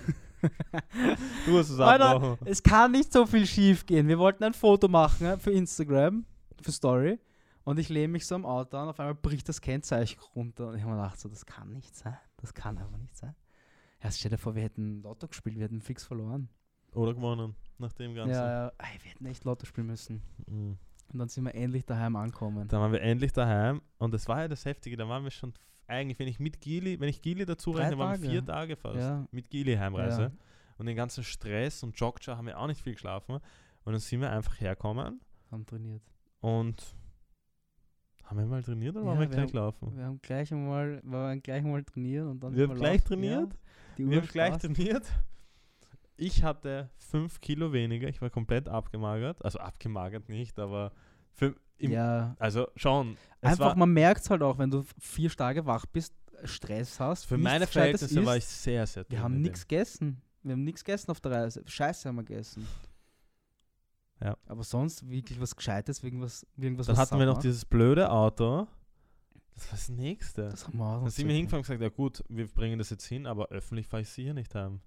du hast es Alter, abgebrochen. Es kann nicht so viel schief gehen. Wir wollten ein Foto machen ja, für Instagram, für Story. Und ich lehne mich so am Auto an, auf einmal bricht das Kennzeichen runter. Und ich habe mir gedacht, so, das kann nicht sein. Das kann einfach nicht sein. Erst stell dir vor, wir hätten Lotto gespielt, wir hätten fix verloren. Oder gewonnen, nach dem Ganzen. Ja, ja. Ey, wir hätten echt Lotto spielen müssen. Mhm. Und dann sind wir endlich daheim angekommen. Dann waren wir endlich daheim und das war ja das Heftige, da waren wir schon f- eigentlich, wenn ich mit Gili, wenn ich Gili dazu Drei rechne, waren wir Tage. vier Tage fast Ja. mit Gili Heimreise Ja. und den ganzen Stress und Jogja haben wir auch nicht viel geschlafen und dann sind wir einfach hergekommen Haben trainiert. und haben wir mal trainiert oder waren Ja, wir wir gleich haben- gelaufen? Wir haben gleich einmal, wir waren gleich mal trainieren und dann Wir sind haben gleich laufen. trainiert? Ja, die Wir Uhr haben gleich spaßt. trainiert. Ich hatte fünf Kilo weniger, ich war komplett abgemagert, also abgemagert nicht, aber fün- im, Ja, also schon, es war, Einfach, man merkt es halt auch, wenn du vier Tage wach bist, Stress hast. für nichts meine Gescheites Verhältnisse war ich isst. sehr, sehr Wir dünn haben in dem. nichts gegessen. Wir haben nichts gegessen auf der Reise. Scheiße haben wir gegessen. Ja. Aber sonst wirklich was Gescheites, irgendwas, irgendwas Dann was hatten wir noch sauber. dieses blöde Auto. Das war das nächste. Das haben wir auch noch dann sind wir zurück- hingefahren und gesagt, ja gut, wir bringen das jetzt hin, aber öffentlich fahre ich sie hier nicht heim.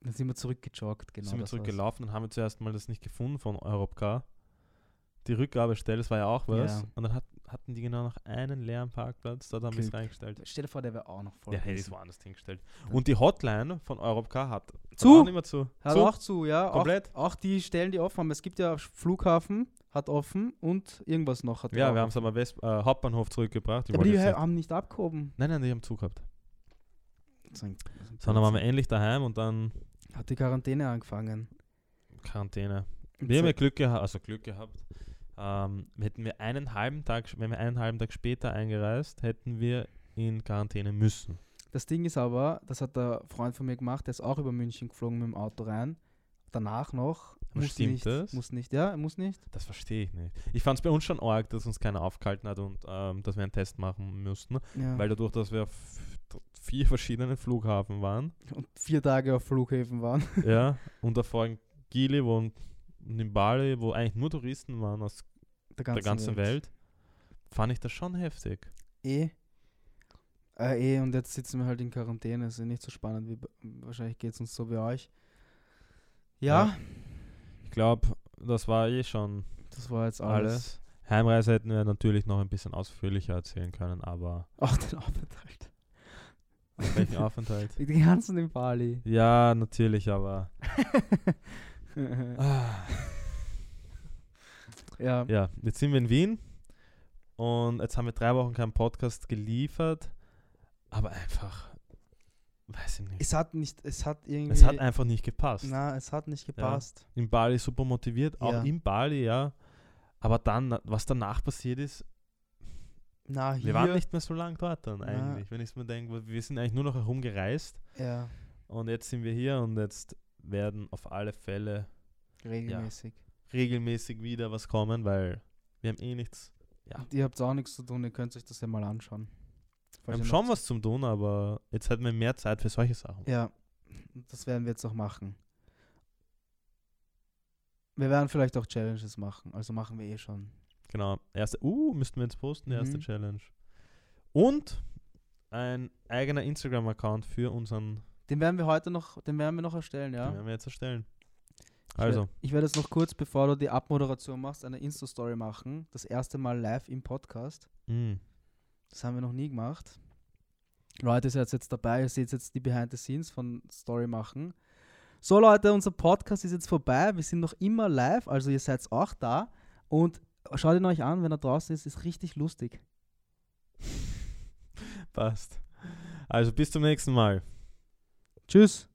Dann sind wir zurückgejoggt, genau. sind wir das war's. zurückgelaufen, dann haben wir zuerst mal das nicht gefunden von Europcar. Die Rückgabestelle, das war ja auch was. Ja. Und dann hat, hatten die genau noch einen leeren Parkplatz, dort haben wir es Glück. reingestellt. Stell dir vor, der wäre auch noch voll. Der hätte es gewesen. woanders hingestellt. Und die Hotline von Europcar hat Zu. Hat auch nicht mehr zu. Hat zu. auch zu, ja. Komplett. Auch, auch die Stellen, die offen haben. Es gibt ja Flughafen, hat offen und irgendwas noch hat Ja, auch wir haben es offen. am West- äh, Hauptbahnhof zurückgebracht. Ich Aber wollte die jetzt nicht- haben nicht abgehoben. nein, nein, die haben Zug gehabt. Das ist ein- das ist ein Sondern waren wir endlich daheim und dann Blödsinn. hat die Quarantäne angefangen. Quarantäne. Wir haben ja Glück gehabt, also Glück gehabt. Ähm, hätten wir einen halben Tag, sch- wenn wir einen halben Tag später eingereist, hätten wir in Quarantäne müssen. Das Ding ist aber, das hat der Freund von mir gemacht, der ist auch über München geflogen mit dem Auto rein. Danach noch. Aber muss stimmt nicht, das? Muss nicht, ja, muss nicht. Das verstehe ich nicht. Ich fand es bei uns schon arg, dass uns keiner aufgehalten hat und ähm, dass wir einen Test machen mussten, Ja. weil dadurch, dass wir auf vier verschiedenen Flughafen waren, Und vier Tage auf Flughäfen waren. ja, und davor in Gili wo und in Bali, wo eigentlich nur Touristen waren aus Der ganzen, der ganzen Welt. fand ich das schon heftig. Eh. Äh, eh, und jetzt sitzen wir halt in Quarantäne. Ist ja nicht so spannend. Wie, b- wahrscheinlich geht es uns so wie euch. Ja, Ich glaube, das war eh schon das war jetzt alles. alles. Heimreise hätten wir natürlich noch ein bisschen ausführlicher erzählen können, aber Auch den Aufenthalt. welchen Aufenthalt? Die ganzen in Bali. Ja, natürlich, aber ah, ja, ja, jetzt sind wir in Wien und jetzt haben wir drei Wochen keinen Podcast geliefert, aber einfach, weiß ich nicht. es hat nicht, es hat irgendwie. Es hat einfach nicht gepasst. na, es hat nicht gepasst. In Bali super motiviert, auch Ja. in Bali, ja. Aber dann, was danach passiert ist, Na, hier. wir waren nicht mehr so lange dort dann Na. eigentlich, wenn ich mir denke, wir sind eigentlich nur noch herumgereist Ja, und jetzt sind wir hier und jetzt werden auf alle Fälle regelmäßig. regelmäßig wieder was kommen, weil wir haben eh nichts. Ja. Und ihr habt auch nichts zu tun, ihr könnt euch das ja mal anschauen. Wir haben Falls ihr noch schon was zum tun, aber jetzt hätten wir mehr Zeit für solche Sachen. Ja, das werden wir jetzt auch machen. Wir werden vielleicht auch Challenges machen. Also machen wir eh schon. Genau. Erste, uh, müssten wir jetzt posten, die erste Mhm. Challenge. Und ein eigener Instagram-Account für unseren, Den werden wir heute noch, den werden wir noch erstellen, den ja. werden wir jetzt erstellen. Ich wer- Also, Ich werde jetzt noch kurz, bevor du die Abmoderation machst, eine Insta-Story machen. Das erste Mal live im Podcast. mh, Das haben wir noch nie gemacht. Leute, ihr seid jetzt dabei, ihr seht jetzt die Behind the Scenes von Story machen. So Leute, unser Podcast ist jetzt vorbei. Wir sind noch immer live, also ihr seid auch da. Und schaut ihn euch an, wenn er draußen ist, ist richtig lustig. passt. Also bis zum nächsten Mal. Tschüss.